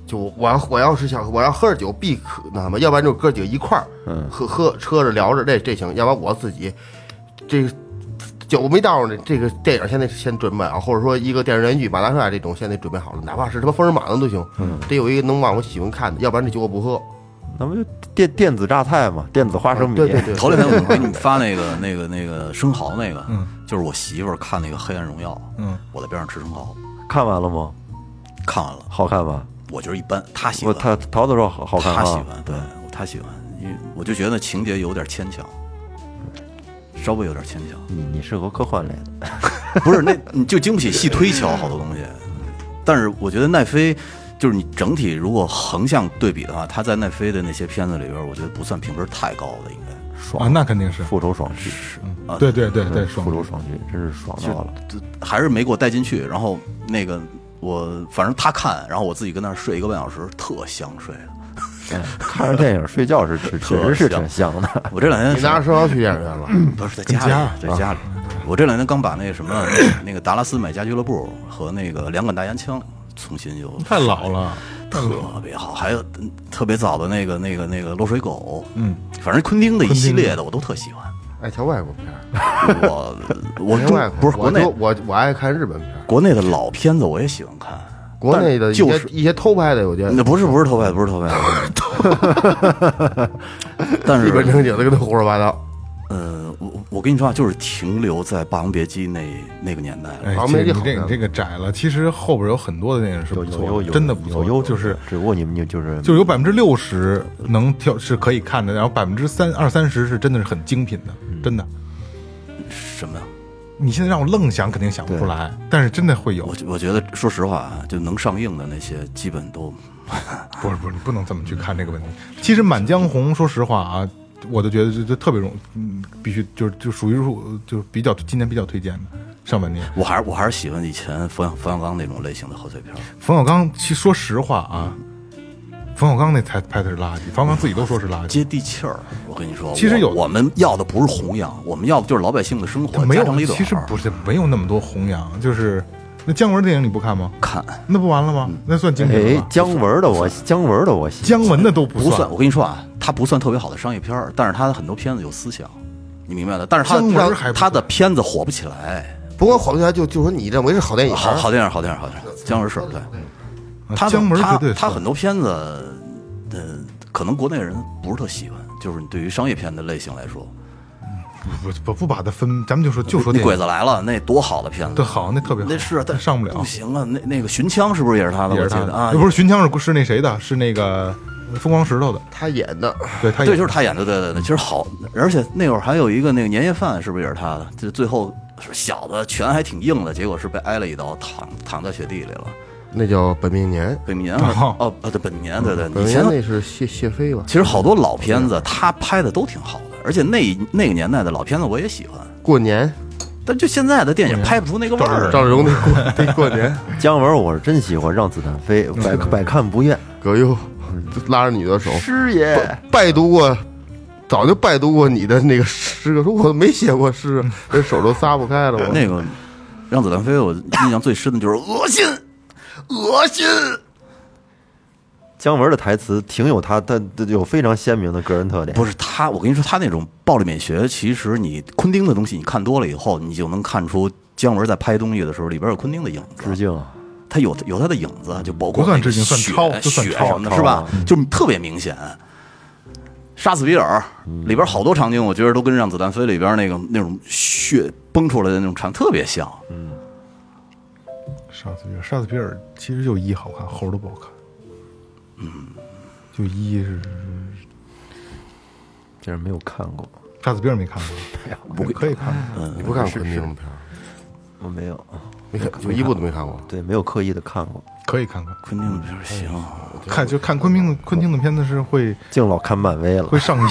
[SPEAKER 4] 就我我要我要是想我要喝着酒必可那什么，要不然就哥几个一块儿，
[SPEAKER 1] 嗯
[SPEAKER 4] 喝喝车着聊着这这行，要不然我自己这个酒我没到呢，这个电影现在先准备啊，或者说一个电视连续剧《马大帅》这种现在准备好了，哪怕是他妈《封神榜》的都行，
[SPEAKER 3] 嗯
[SPEAKER 4] 得有一个能让我喜欢看的，要不然这酒我不喝。啊
[SPEAKER 1] 那不就电电子榨菜嘛，电子花
[SPEAKER 2] 啊
[SPEAKER 1] 生米。
[SPEAKER 4] 对对对，
[SPEAKER 3] 头两天我给你们发那个那个那个生蚝那个，
[SPEAKER 2] 嗯
[SPEAKER 3] 就是我媳妇儿看那个《黑暗荣耀》，
[SPEAKER 2] 嗯，
[SPEAKER 3] 我在边上吃生蚝，
[SPEAKER 1] 看完了吗？
[SPEAKER 3] 看完了，
[SPEAKER 1] 好看吧？
[SPEAKER 3] 我觉得一般，她喜
[SPEAKER 1] 我
[SPEAKER 3] 欢，
[SPEAKER 1] 他桃子说好好看
[SPEAKER 3] 她喜
[SPEAKER 1] 啊。
[SPEAKER 3] 欢，对她喜欢，因为我就觉得情节有点牵强，稍微有点牵强。
[SPEAKER 1] 你你适合科幻类的，
[SPEAKER 3] 不是，那你就经不起细推敲好多东西。但是我觉得奈飞，就是你整体如果横向对比的话，他在奈飞的那些片子里边，我觉得不算评分太高的，应该
[SPEAKER 2] 啊，那肯定是，
[SPEAKER 1] 复仇爽剧，
[SPEAKER 3] 啊
[SPEAKER 2] 对对对对，爽
[SPEAKER 1] 复仇爽剧真是爽到了。
[SPEAKER 3] 还是没给我带进去。然后那个我反正他看，然后我自己跟那儿睡一个半小时，特香睡的。
[SPEAKER 1] 看着电影睡觉是是确实是挺香的。
[SPEAKER 3] 我这两天
[SPEAKER 4] 你拿着生蚝去电影院了，
[SPEAKER 3] 不是在家里，在家里。
[SPEAKER 2] 啊
[SPEAKER 3] 我这两天刚把那什么那个达拉斯买家俱乐部和那个两杆大烟枪重新又
[SPEAKER 2] 太老了，
[SPEAKER 3] 特别好，还有嗯特别早的那个、那个、那个落水狗，
[SPEAKER 2] 嗯，
[SPEAKER 3] 反正昆汀的一
[SPEAKER 2] 昆汀
[SPEAKER 3] 系列的我都特喜 欢。
[SPEAKER 4] 爱瞧哎外国片儿，
[SPEAKER 3] 我我
[SPEAKER 4] 爱
[SPEAKER 3] 中
[SPEAKER 4] 外国
[SPEAKER 3] 不是国内
[SPEAKER 4] 我就我我爱看日本片儿，
[SPEAKER 3] 国内的老片子我也喜欢看，
[SPEAKER 4] 国内的一些、
[SPEAKER 3] 就是
[SPEAKER 4] 一些偷拍的，我觉得
[SPEAKER 3] 那不是不是偷拍，不是偷 拍，但
[SPEAKER 4] 日本
[SPEAKER 3] 是
[SPEAKER 4] 正经的跟他胡说八道。
[SPEAKER 3] 呃，我我跟你说啊，就是停留在《霸王别姬那》那个年代了。
[SPEAKER 2] 哎，
[SPEAKER 4] 好
[SPEAKER 2] 其
[SPEAKER 4] 没
[SPEAKER 2] 实
[SPEAKER 4] 这
[SPEAKER 2] 你
[SPEAKER 4] 好
[SPEAKER 2] 这
[SPEAKER 4] 看
[SPEAKER 2] 你这个窄了，其实后边有很多的电影是不错的，真的不错
[SPEAKER 1] 有有
[SPEAKER 2] 的，就是
[SPEAKER 1] 只不过你们你就是
[SPEAKER 2] 就是有百分之六十能挑是可以看的，然后百分之三二三十是真的是很精品的，
[SPEAKER 1] 嗯
[SPEAKER 2] 真的。
[SPEAKER 3] 什么呀？
[SPEAKER 2] 你现在让我愣想，肯定想不出来，但是真的会有
[SPEAKER 3] 我。觉我觉得说实话啊，就能上映的那些基本都
[SPEAKER 2] 不是不是，你不能这么去看这个问题。其实《满江红》，说实话啊，我就觉得这这特别容，嗯，必须就是就属于入就比较今年比较推荐的上半年。
[SPEAKER 3] 我还是我还是喜欢以前冯小冯小刚那种类型的贺岁片儿。
[SPEAKER 2] 冯小刚，其实说实话啊，冯小刚那才拍的是垃圾，冯小刚自己都说是垃圾。
[SPEAKER 3] 接地气儿。我跟你说，
[SPEAKER 2] 其实有
[SPEAKER 3] 我我们要的不是弘扬，我们要的就是老百姓的生
[SPEAKER 2] 他
[SPEAKER 3] 活，
[SPEAKER 2] 没
[SPEAKER 3] 嗯家长
[SPEAKER 2] 有，
[SPEAKER 3] 里短。
[SPEAKER 2] 其实不是没有那么多弘扬，就是那姜文电影你不看吗？
[SPEAKER 3] 看，
[SPEAKER 2] 那不完了
[SPEAKER 3] 嗯
[SPEAKER 2] 吗？那算精品了
[SPEAKER 1] 哎
[SPEAKER 2] 吧？
[SPEAKER 1] 姜文的我姜文的我喜
[SPEAKER 2] 姜文的都不
[SPEAKER 3] 不算。我跟你说啊，它不算特别好的商业片儿，但是它的很多片子有思想，你明白的。但是它
[SPEAKER 2] 姜文
[SPEAKER 3] 让
[SPEAKER 2] 还不
[SPEAKER 3] 它的
[SPEAKER 2] 错
[SPEAKER 3] 片子火不起来。
[SPEAKER 4] 不过好不起来就就说你认为是好电影，
[SPEAKER 3] 好好电影，好电影，好电影，姜文是对。
[SPEAKER 2] 啊
[SPEAKER 3] 他的
[SPEAKER 2] 姜文绝
[SPEAKER 3] 他
[SPEAKER 2] 对
[SPEAKER 3] 他
[SPEAKER 2] 算
[SPEAKER 3] 很多片子，呃，可能国内人不是特喜欢，就是你对于商业片的类型来说，
[SPEAKER 2] 不不不不把它分，咱们就说就说
[SPEAKER 3] 那
[SPEAKER 2] 电
[SPEAKER 3] 鬼
[SPEAKER 2] 影
[SPEAKER 3] 子来了那多好的片子，
[SPEAKER 2] 对好，那特别好，
[SPEAKER 3] 那是但
[SPEAKER 2] 上不了
[SPEAKER 3] 不，行啊。那那个寻枪是不是也是他的？
[SPEAKER 2] 也
[SPEAKER 3] 我
[SPEAKER 2] 是
[SPEAKER 3] 记
[SPEAKER 2] 他
[SPEAKER 3] 得
[SPEAKER 2] 的
[SPEAKER 3] 啊，
[SPEAKER 2] 那不是寻枪是是那谁的，是那个疯狂石头的，
[SPEAKER 4] 他演的
[SPEAKER 2] 对他
[SPEAKER 3] 对，
[SPEAKER 2] 也
[SPEAKER 3] 就是他演的，对对对，其实好，而且那会儿还有一个那个年夜饭，是不是也是他的？这最后是小子拳还挺硬的，结果是被挨了一刀，躺躺在雪地里了。
[SPEAKER 4] 那叫《本命年》，
[SPEAKER 3] 本命年还是
[SPEAKER 2] 哦嗯
[SPEAKER 3] 哦，呃对，本命年，对对，
[SPEAKER 4] 《本
[SPEAKER 3] 以
[SPEAKER 4] 命
[SPEAKER 3] 前
[SPEAKER 4] 年》那是谢谢飞吧？
[SPEAKER 3] 其实好多老片子他拍的都挺好的，而且那那个年代的老片子我也喜欢，
[SPEAKER 4] 过年
[SPEAKER 3] 但就现在的电影拍不出那个味儿。
[SPEAKER 4] 赵丽蓉得过得过年，
[SPEAKER 1] 姜文我是真喜欢，让子弹飞，百百看不厌。
[SPEAKER 4] 葛优拉着你的手
[SPEAKER 1] 师爷，
[SPEAKER 4] 拜读过，早就拜读过你的那个诗歌，说我没写过诗，这手都撒不开了。我
[SPEAKER 3] 那个让子弹飞，我印象最深的就是 恶心，恶心。
[SPEAKER 1] 姜文的台词挺有他他他有非常鲜明的个人特点。
[SPEAKER 3] 不是他，我跟你说，他那种暴力美学，其实你昆汀的东西，你看多了以后，你就能看出姜文在拍东西的时候，里边有昆汀的影
[SPEAKER 1] 致
[SPEAKER 3] 子，
[SPEAKER 1] 敬，啊
[SPEAKER 3] 他有有他的影子，啊就包括
[SPEAKER 2] 不算
[SPEAKER 3] 那个
[SPEAKER 2] 致敬算
[SPEAKER 3] 血
[SPEAKER 2] 抄就算
[SPEAKER 3] 血
[SPEAKER 2] 抄
[SPEAKER 3] 什么的，
[SPEAKER 1] 抄
[SPEAKER 3] 是吧
[SPEAKER 1] 了？
[SPEAKER 3] 就特别明显。杀死比尔里边好多场景，我觉得都跟《让子弹飞》里边那个那种血崩出来的那种场特别像。
[SPEAKER 2] 沙子皮尔，沙子皮尔其实就一好看，猴儿都不好看，嗯，就一是
[SPEAKER 1] 竟然没有看过，
[SPEAKER 2] 杀死比尔没看过，可以看
[SPEAKER 3] 嗯
[SPEAKER 2] 过。
[SPEAKER 4] 你不看昆汀的片儿，
[SPEAKER 1] 我没有，
[SPEAKER 4] 没看就一部都没看过。
[SPEAKER 1] 对，没有刻意的看过，
[SPEAKER 2] 可以看看，
[SPEAKER 3] 昆汀的片儿行，
[SPEAKER 2] 看就看昆汀的昆汀的片子是会
[SPEAKER 1] 净老看漫威了
[SPEAKER 2] 会。上瘾，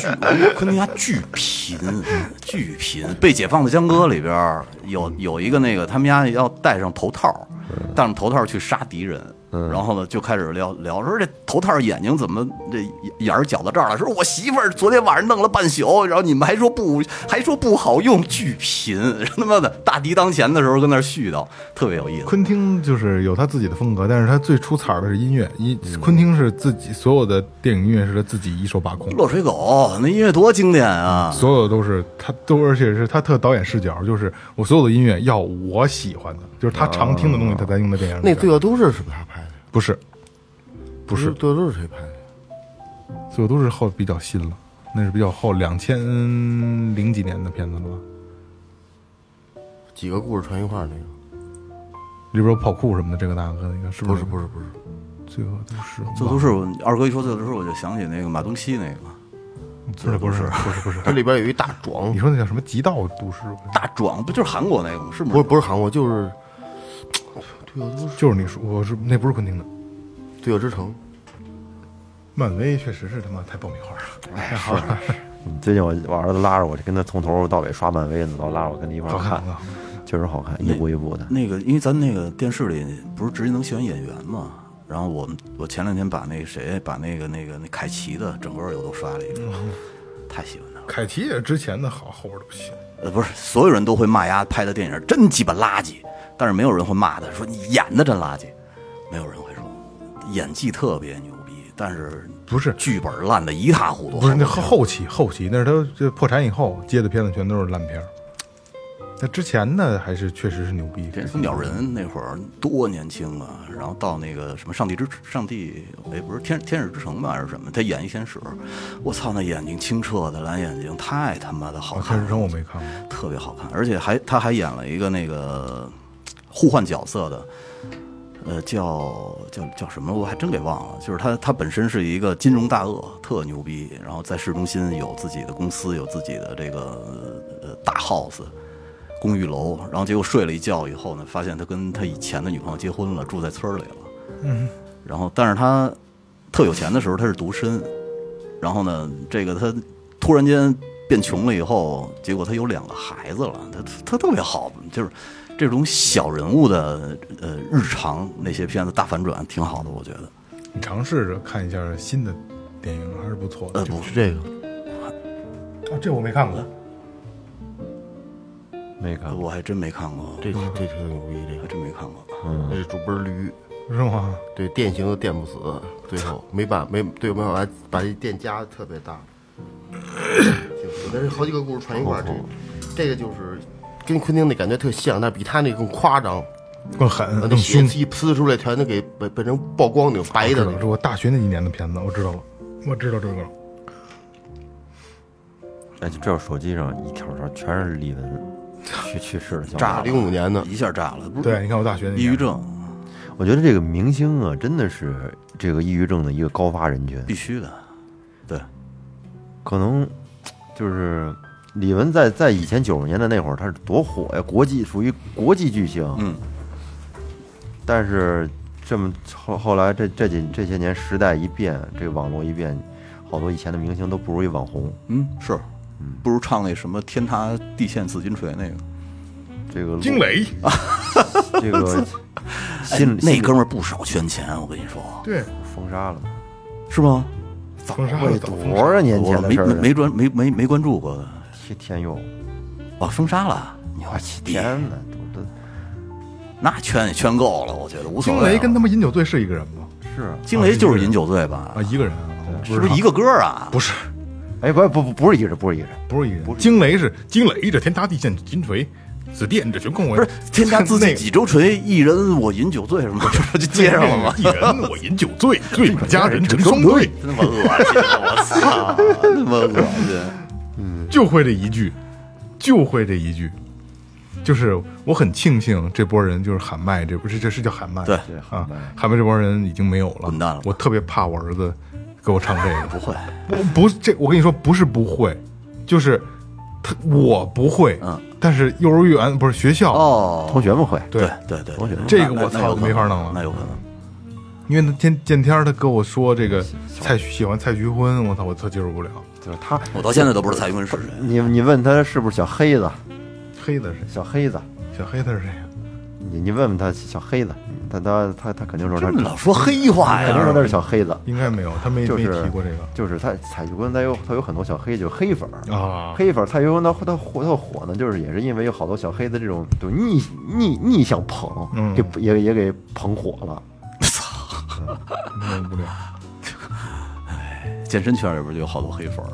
[SPEAKER 3] 巨昆汀家巨贫，巨贫。被解放的江哥里边儿有有一个那个他们家要戴上头套，戴上头套去杀敌人。然后呢，就开始聊聊说这头套眼睛怎么这眼儿绞到这儿了？说我媳妇儿昨天晚上弄了半宿，然后你们还说不还说不好用，巨贫。他妈的，大敌当前的时候跟那儿絮叨，特别有意思。
[SPEAKER 2] 昆汀就是有他自己的风格，但是他最出彩儿的是音乐，音昆汀是自己所有的电影音乐是他自己一手把控，
[SPEAKER 3] 落水狗那音乐多经典啊！
[SPEAKER 2] 所有都是他都，而且是他特导演视角，就是我所有的音乐要我喜欢的，就是他常听的东西，他才用在电影里边。
[SPEAKER 4] 啊那《罪恶都市》是不是他拍的？
[SPEAKER 2] 不是，不
[SPEAKER 4] 不
[SPEAKER 2] 是
[SPEAKER 4] 《罪恶都市》谁拍的？
[SPEAKER 2] 所有都是后比较新了，那是比较后两千零几年的片子了吧？
[SPEAKER 4] 几个故事串一块儿那个？
[SPEAKER 2] 里边有跑酷什么的，这个那个那个，是
[SPEAKER 4] 不
[SPEAKER 2] 是
[SPEAKER 4] 是不
[SPEAKER 2] 是
[SPEAKER 4] 是不是，
[SPEAKER 2] 罪恶都市？
[SPEAKER 3] 这都是二哥一说这都是，我就想起那个马东锡那个
[SPEAKER 2] 不是不是不是不是，
[SPEAKER 4] 它里边有一大壮
[SPEAKER 2] 你，说那叫什么极道都市？
[SPEAKER 3] 大壮，不就是韩国那个吗？是吗？
[SPEAKER 4] 不是不是韩国，就是
[SPEAKER 2] 就是你说我是那不是昆汀的，
[SPEAKER 4] 《罪恶之城
[SPEAKER 2] 漫威确实是他妈太爆米花了，太好了，
[SPEAKER 1] 最近我我儿子拉着我，就跟他从头到尾刷漫威呢，老拉着我跟他一块儿
[SPEAKER 2] 好看
[SPEAKER 1] 看，
[SPEAKER 2] 啊！
[SPEAKER 1] 确实好看，一步一步的。
[SPEAKER 3] 那个，因为咱那个电视里不是直接能选演员嘛，然后我们我前两天把那谁把那个那个那凯奇的整个又都刷了一遍，
[SPEAKER 2] 嗯
[SPEAKER 3] 太喜欢他了。
[SPEAKER 2] 凯奇也之前的好，后边都不行。
[SPEAKER 3] 呃，不是，所有人都会骂丫拍的电影真鸡巴垃圾，但是没有人会骂他说你演的真垃圾，没有人会说演技特别牛逼，但是
[SPEAKER 2] 不是
[SPEAKER 3] 剧本烂的一塌糊涂。
[SPEAKER 2] 不是那
[SPEAKER 3] 好
[SPEAKER 2] 后
[SPEAKER 3] 多
[SPEAKER 2] 后期后期，那是他这破产以后接的片子全都是烂片儿。那之前的还是确实是牛逼，
[SPEAKER 3] 这鸟人那会儿多年轻啊！然后到那个什么上帝之上帝，哎，不是天天使之城吧，还是什么？他演一天使，我操，那眼睛清澈的蓝眼睛，太他妈的好
[SPEAKER 2] 啊，
[SPEAKER 3] 看
[SPEAKER 2] 天
[SPEAKER 3] 了，
[SPEAKER 2] 使城我没看过，
[SPEAKER 3] 特别好看，而且还他还演了一个那个互换角色的，呃，叫叫叫什么？我还真给忘了。就是他他本身是一个金融大鳄，特牛逼，然后在市中心有自己的公司，有自己的这个呃大 house。公寓楼，然后结果睡了一觉以后呢，发现他跟他以前的女朋友结婚了，住在村儿里了。嗯，然后但是他特有钱的时候他是独身，然后呢，这个他突然间变穷了以后，结果他有两个孩子了，他他特别好，就是这种小人物的呃日常那些片子大反转挺好的，我觉得。
[SPEAKER 2] 你尝试着看一下新的电影，还是不错的。
[SPEAKER 3] 呃，不》，
[SPEAKER 4] 是这个。
[SPEAKER 2] 啊，这我没看过，
[SPEAKER 1] 没看过，
[SPEAKER 3] 我还真没看过，
[SPEAKER 4] 这嗯这挺牛逼，这
[SPEAKER 3] 还
[SPEAKER 4] 个
[SPEAKER 3] 真没看过。
[SPEAKER 4] 这是主播驴，
[SPEAKER 2] 是吗？
[SPEAKER 4] 对，电刑都电不死，最后没办没对没办法把这电夹得特别大，挺死。但是好几个故事串一块儿，这这个就是跟昆汀那感觉特像，但是比他那更夸张，
[SPEAKER 2] 更
[SPEAKER 3] 呃
[SPEAKER 2] 狠
[SPEAKER 4] 那
[SPEAKER 2] 更
[SPEAKER 4] 血
[SPEAKER 2] 凶。
[SPEAKER 4] 一呲出来全都给变变成曝光那种白的
[SPEAKER 2] 知
[SPEAKER 4] 那
[SPEAKER 2] 道
[SPEAKER 4] 种
[SPEAKER 2] 是。我大学那一年的片子，我知道了，我知道这个了。
[SPEAKER 1] 哎，就这我手机上一条条全是李玟去去世的消
[SPEAKER 3] 炸
[SPEAKER 1] 息。
[SPEAKER 3] 了
[SPEAKER 4] 零五年的，
[SPEAKER 3] 一下炸了，不是
[SPEAKER 2] 对，你看我大学那
[SPEAKER 3] 抑郁
[SPEAKER 2] 年，
[SPEAKER 3] 症
[SPEAKER 1] 我觉得这个明星啊，真的是这个抑郁症的一个高发人群。
[SPEAKER 3] 必须的，对。
[SPEAKER 1] 可能就是李玟在在以前九十年代那会儿，她是多火呀，国际属于国际巨星。
[SPEAKER 3] 嗯，
[SPEAKER 1] 但是这么后后来这这几这些年时代一变，这个网络一变，好多以前的明星都不如一网红。
[SPEAKER 3] 嗯，是，不如唱那什么“天塌地陷紫金锤”那个。
[SPEAKER 1] 这个路
[SPEAKER 2] 惊雷，
[SPEAKER 1] 这个心
[SPEAKER 3] 哎那哥们
[SPEAKER 1] 们
[SPEAKER 3] 儿不少圈钱，我跟你说，
[SPEAKER 2] 对，
[SPEAKER 1] 封杀了，
[SPEAKER 3] 是吗？
[SPEAKER 2] 封杀了，早封杀
[SPEAKER 1] 多少年
[SPEAKER 3] 我
[SPEAKER 1] 前的
[SPEAKER 3] 没
[SPEAKER 1] 事儿
[SPEAKER 3] 没
[SPEAKER 1] 了？
[SPEAKER 3] 没关没没没关注过，
[SPEAKER 1] 天天佑，
[SPEAKER 3] 哦，封杀了，牛
[SPEAKER 1] 我
[SPEAKER 3] 逼！
[SPEAKER 1] 天哪，都都
[SPEAKER 3] 那圈也圈够了，我觉得无所
[SPEAKER 2] 惊
[SPEAKER 3] 谓了。
[SPEAKER 2] 雷跟他们饮酒醉是一个人吗？
[SPEAKER 1] 是啊。
[SPEAKER 3] 惊雷就是饮酒醉吧
[SPEAKER 2] 啊，？一个人啊，
[SPEAKER 3] 是不是一个歌啊？
[SPEAKER 2] 不是，
[SPEAKER 1] 哎，不不不，不是一个人，不是一个人，
[SPEAKER 2] 不是一个人。惊雷是惊雷，这天塌地陷金锤，紫电这全空我
[SPEAKER 3] 不是，天塌自
[SPEAKER 2] 那
[SPEAKER 3] 己
[SPEAKER 2] 个
[SPEAKER 3] 几周锤，一人我饮酒醉什么的，这不就接上了吗？
[SPEAKER 2] 一人我饮酒醉，醉把佳人成 双对，
[SPEAKER 3] 真他妈恶心，我操，他妈恶心！
[SPEAKER 2] 就会这一句，就会这一句。就是我很庆幸这波人就是喊麦，这不是这是叫喊麦
[SPEAKER 3] 对
[SPEAKER 2] 啊，喊麦这波人已经没有了，
[SPEAKER 3] 滚蛋了
[SPEAKER 2] 我特别怕我儿子给我唱这 个，
[SPEAKER 3] 不会，
[SPEAKER 2] 不不是这，我跟你说，不是不会，就是他我不会，
[SPEAKER 3] 嗯，
[SPEAKER 2] 但是幼儿园不是学校，
[SPEAKER 3] 哦，
[SPEAKER 1] 同学们会，
[SPEAKER 2] 对，
[SPEAKER 3] 对对，
[SPEAKER 1] 同学们
[SPEAKER 2] 这个
[SPEAKER 3] 那
[SPEAKER 2] 我
[SPEAKER 3] 那
[SPEAKER 2] 操
[SPEAKER 3] 有可能
[SPEAKER 2] 没法弄了
[SPEAKER 3] 那有可能，
[SPEAKER 2] 因为那天见天儿他跟我说这个蔡徐喜欢蔡徐坤，我操，我特接受不了，
[SPEAKER 1] 就是他，
[SPEAKER 3] 我到现在都不知道蔡徐坤是谁。
[SPEAKER 1] 你你问他是不是小黑子，
[SPEAKER 2] 黑的是谁？
[SPEAKER 1] 小黑子，
[SPEAKER 2] 小黑他是谁啊呀？
[SPEAKER 1] 你你问问他小黑子，他他他他肯定说他
[SPEAKER 3] 这么老说黑话
[SPEAKER 1] 肯定
[SPEAKER 3] 哎呀
[SPEAKER 1] 说？他是小黑子，
[SPEAKER 2] 应该没有，他没
[SPEAKER 1] 就
[SPEAKER 2] 没
[SPEAKER 1] 是
[SPEAKER 2] 提过这个
[SPEAKER 1] 就是他蔡徐坤，他有他有很多小黑，就是黑粉儿
[SPEAKER 2] 啊。
[SPEAKER 1] 黑粉儿蔡徐坤他他火他火呢，就是也是因为有好多小黑的这种就逆逆逆向捧，
[SPEAKER 2] 嗯
[SPEAKER 1] 给也也给捧火了。
[SPEAKER 2] 弄不了。
[SPEAKER 3] 健身圈里边就有好多黑粉儿，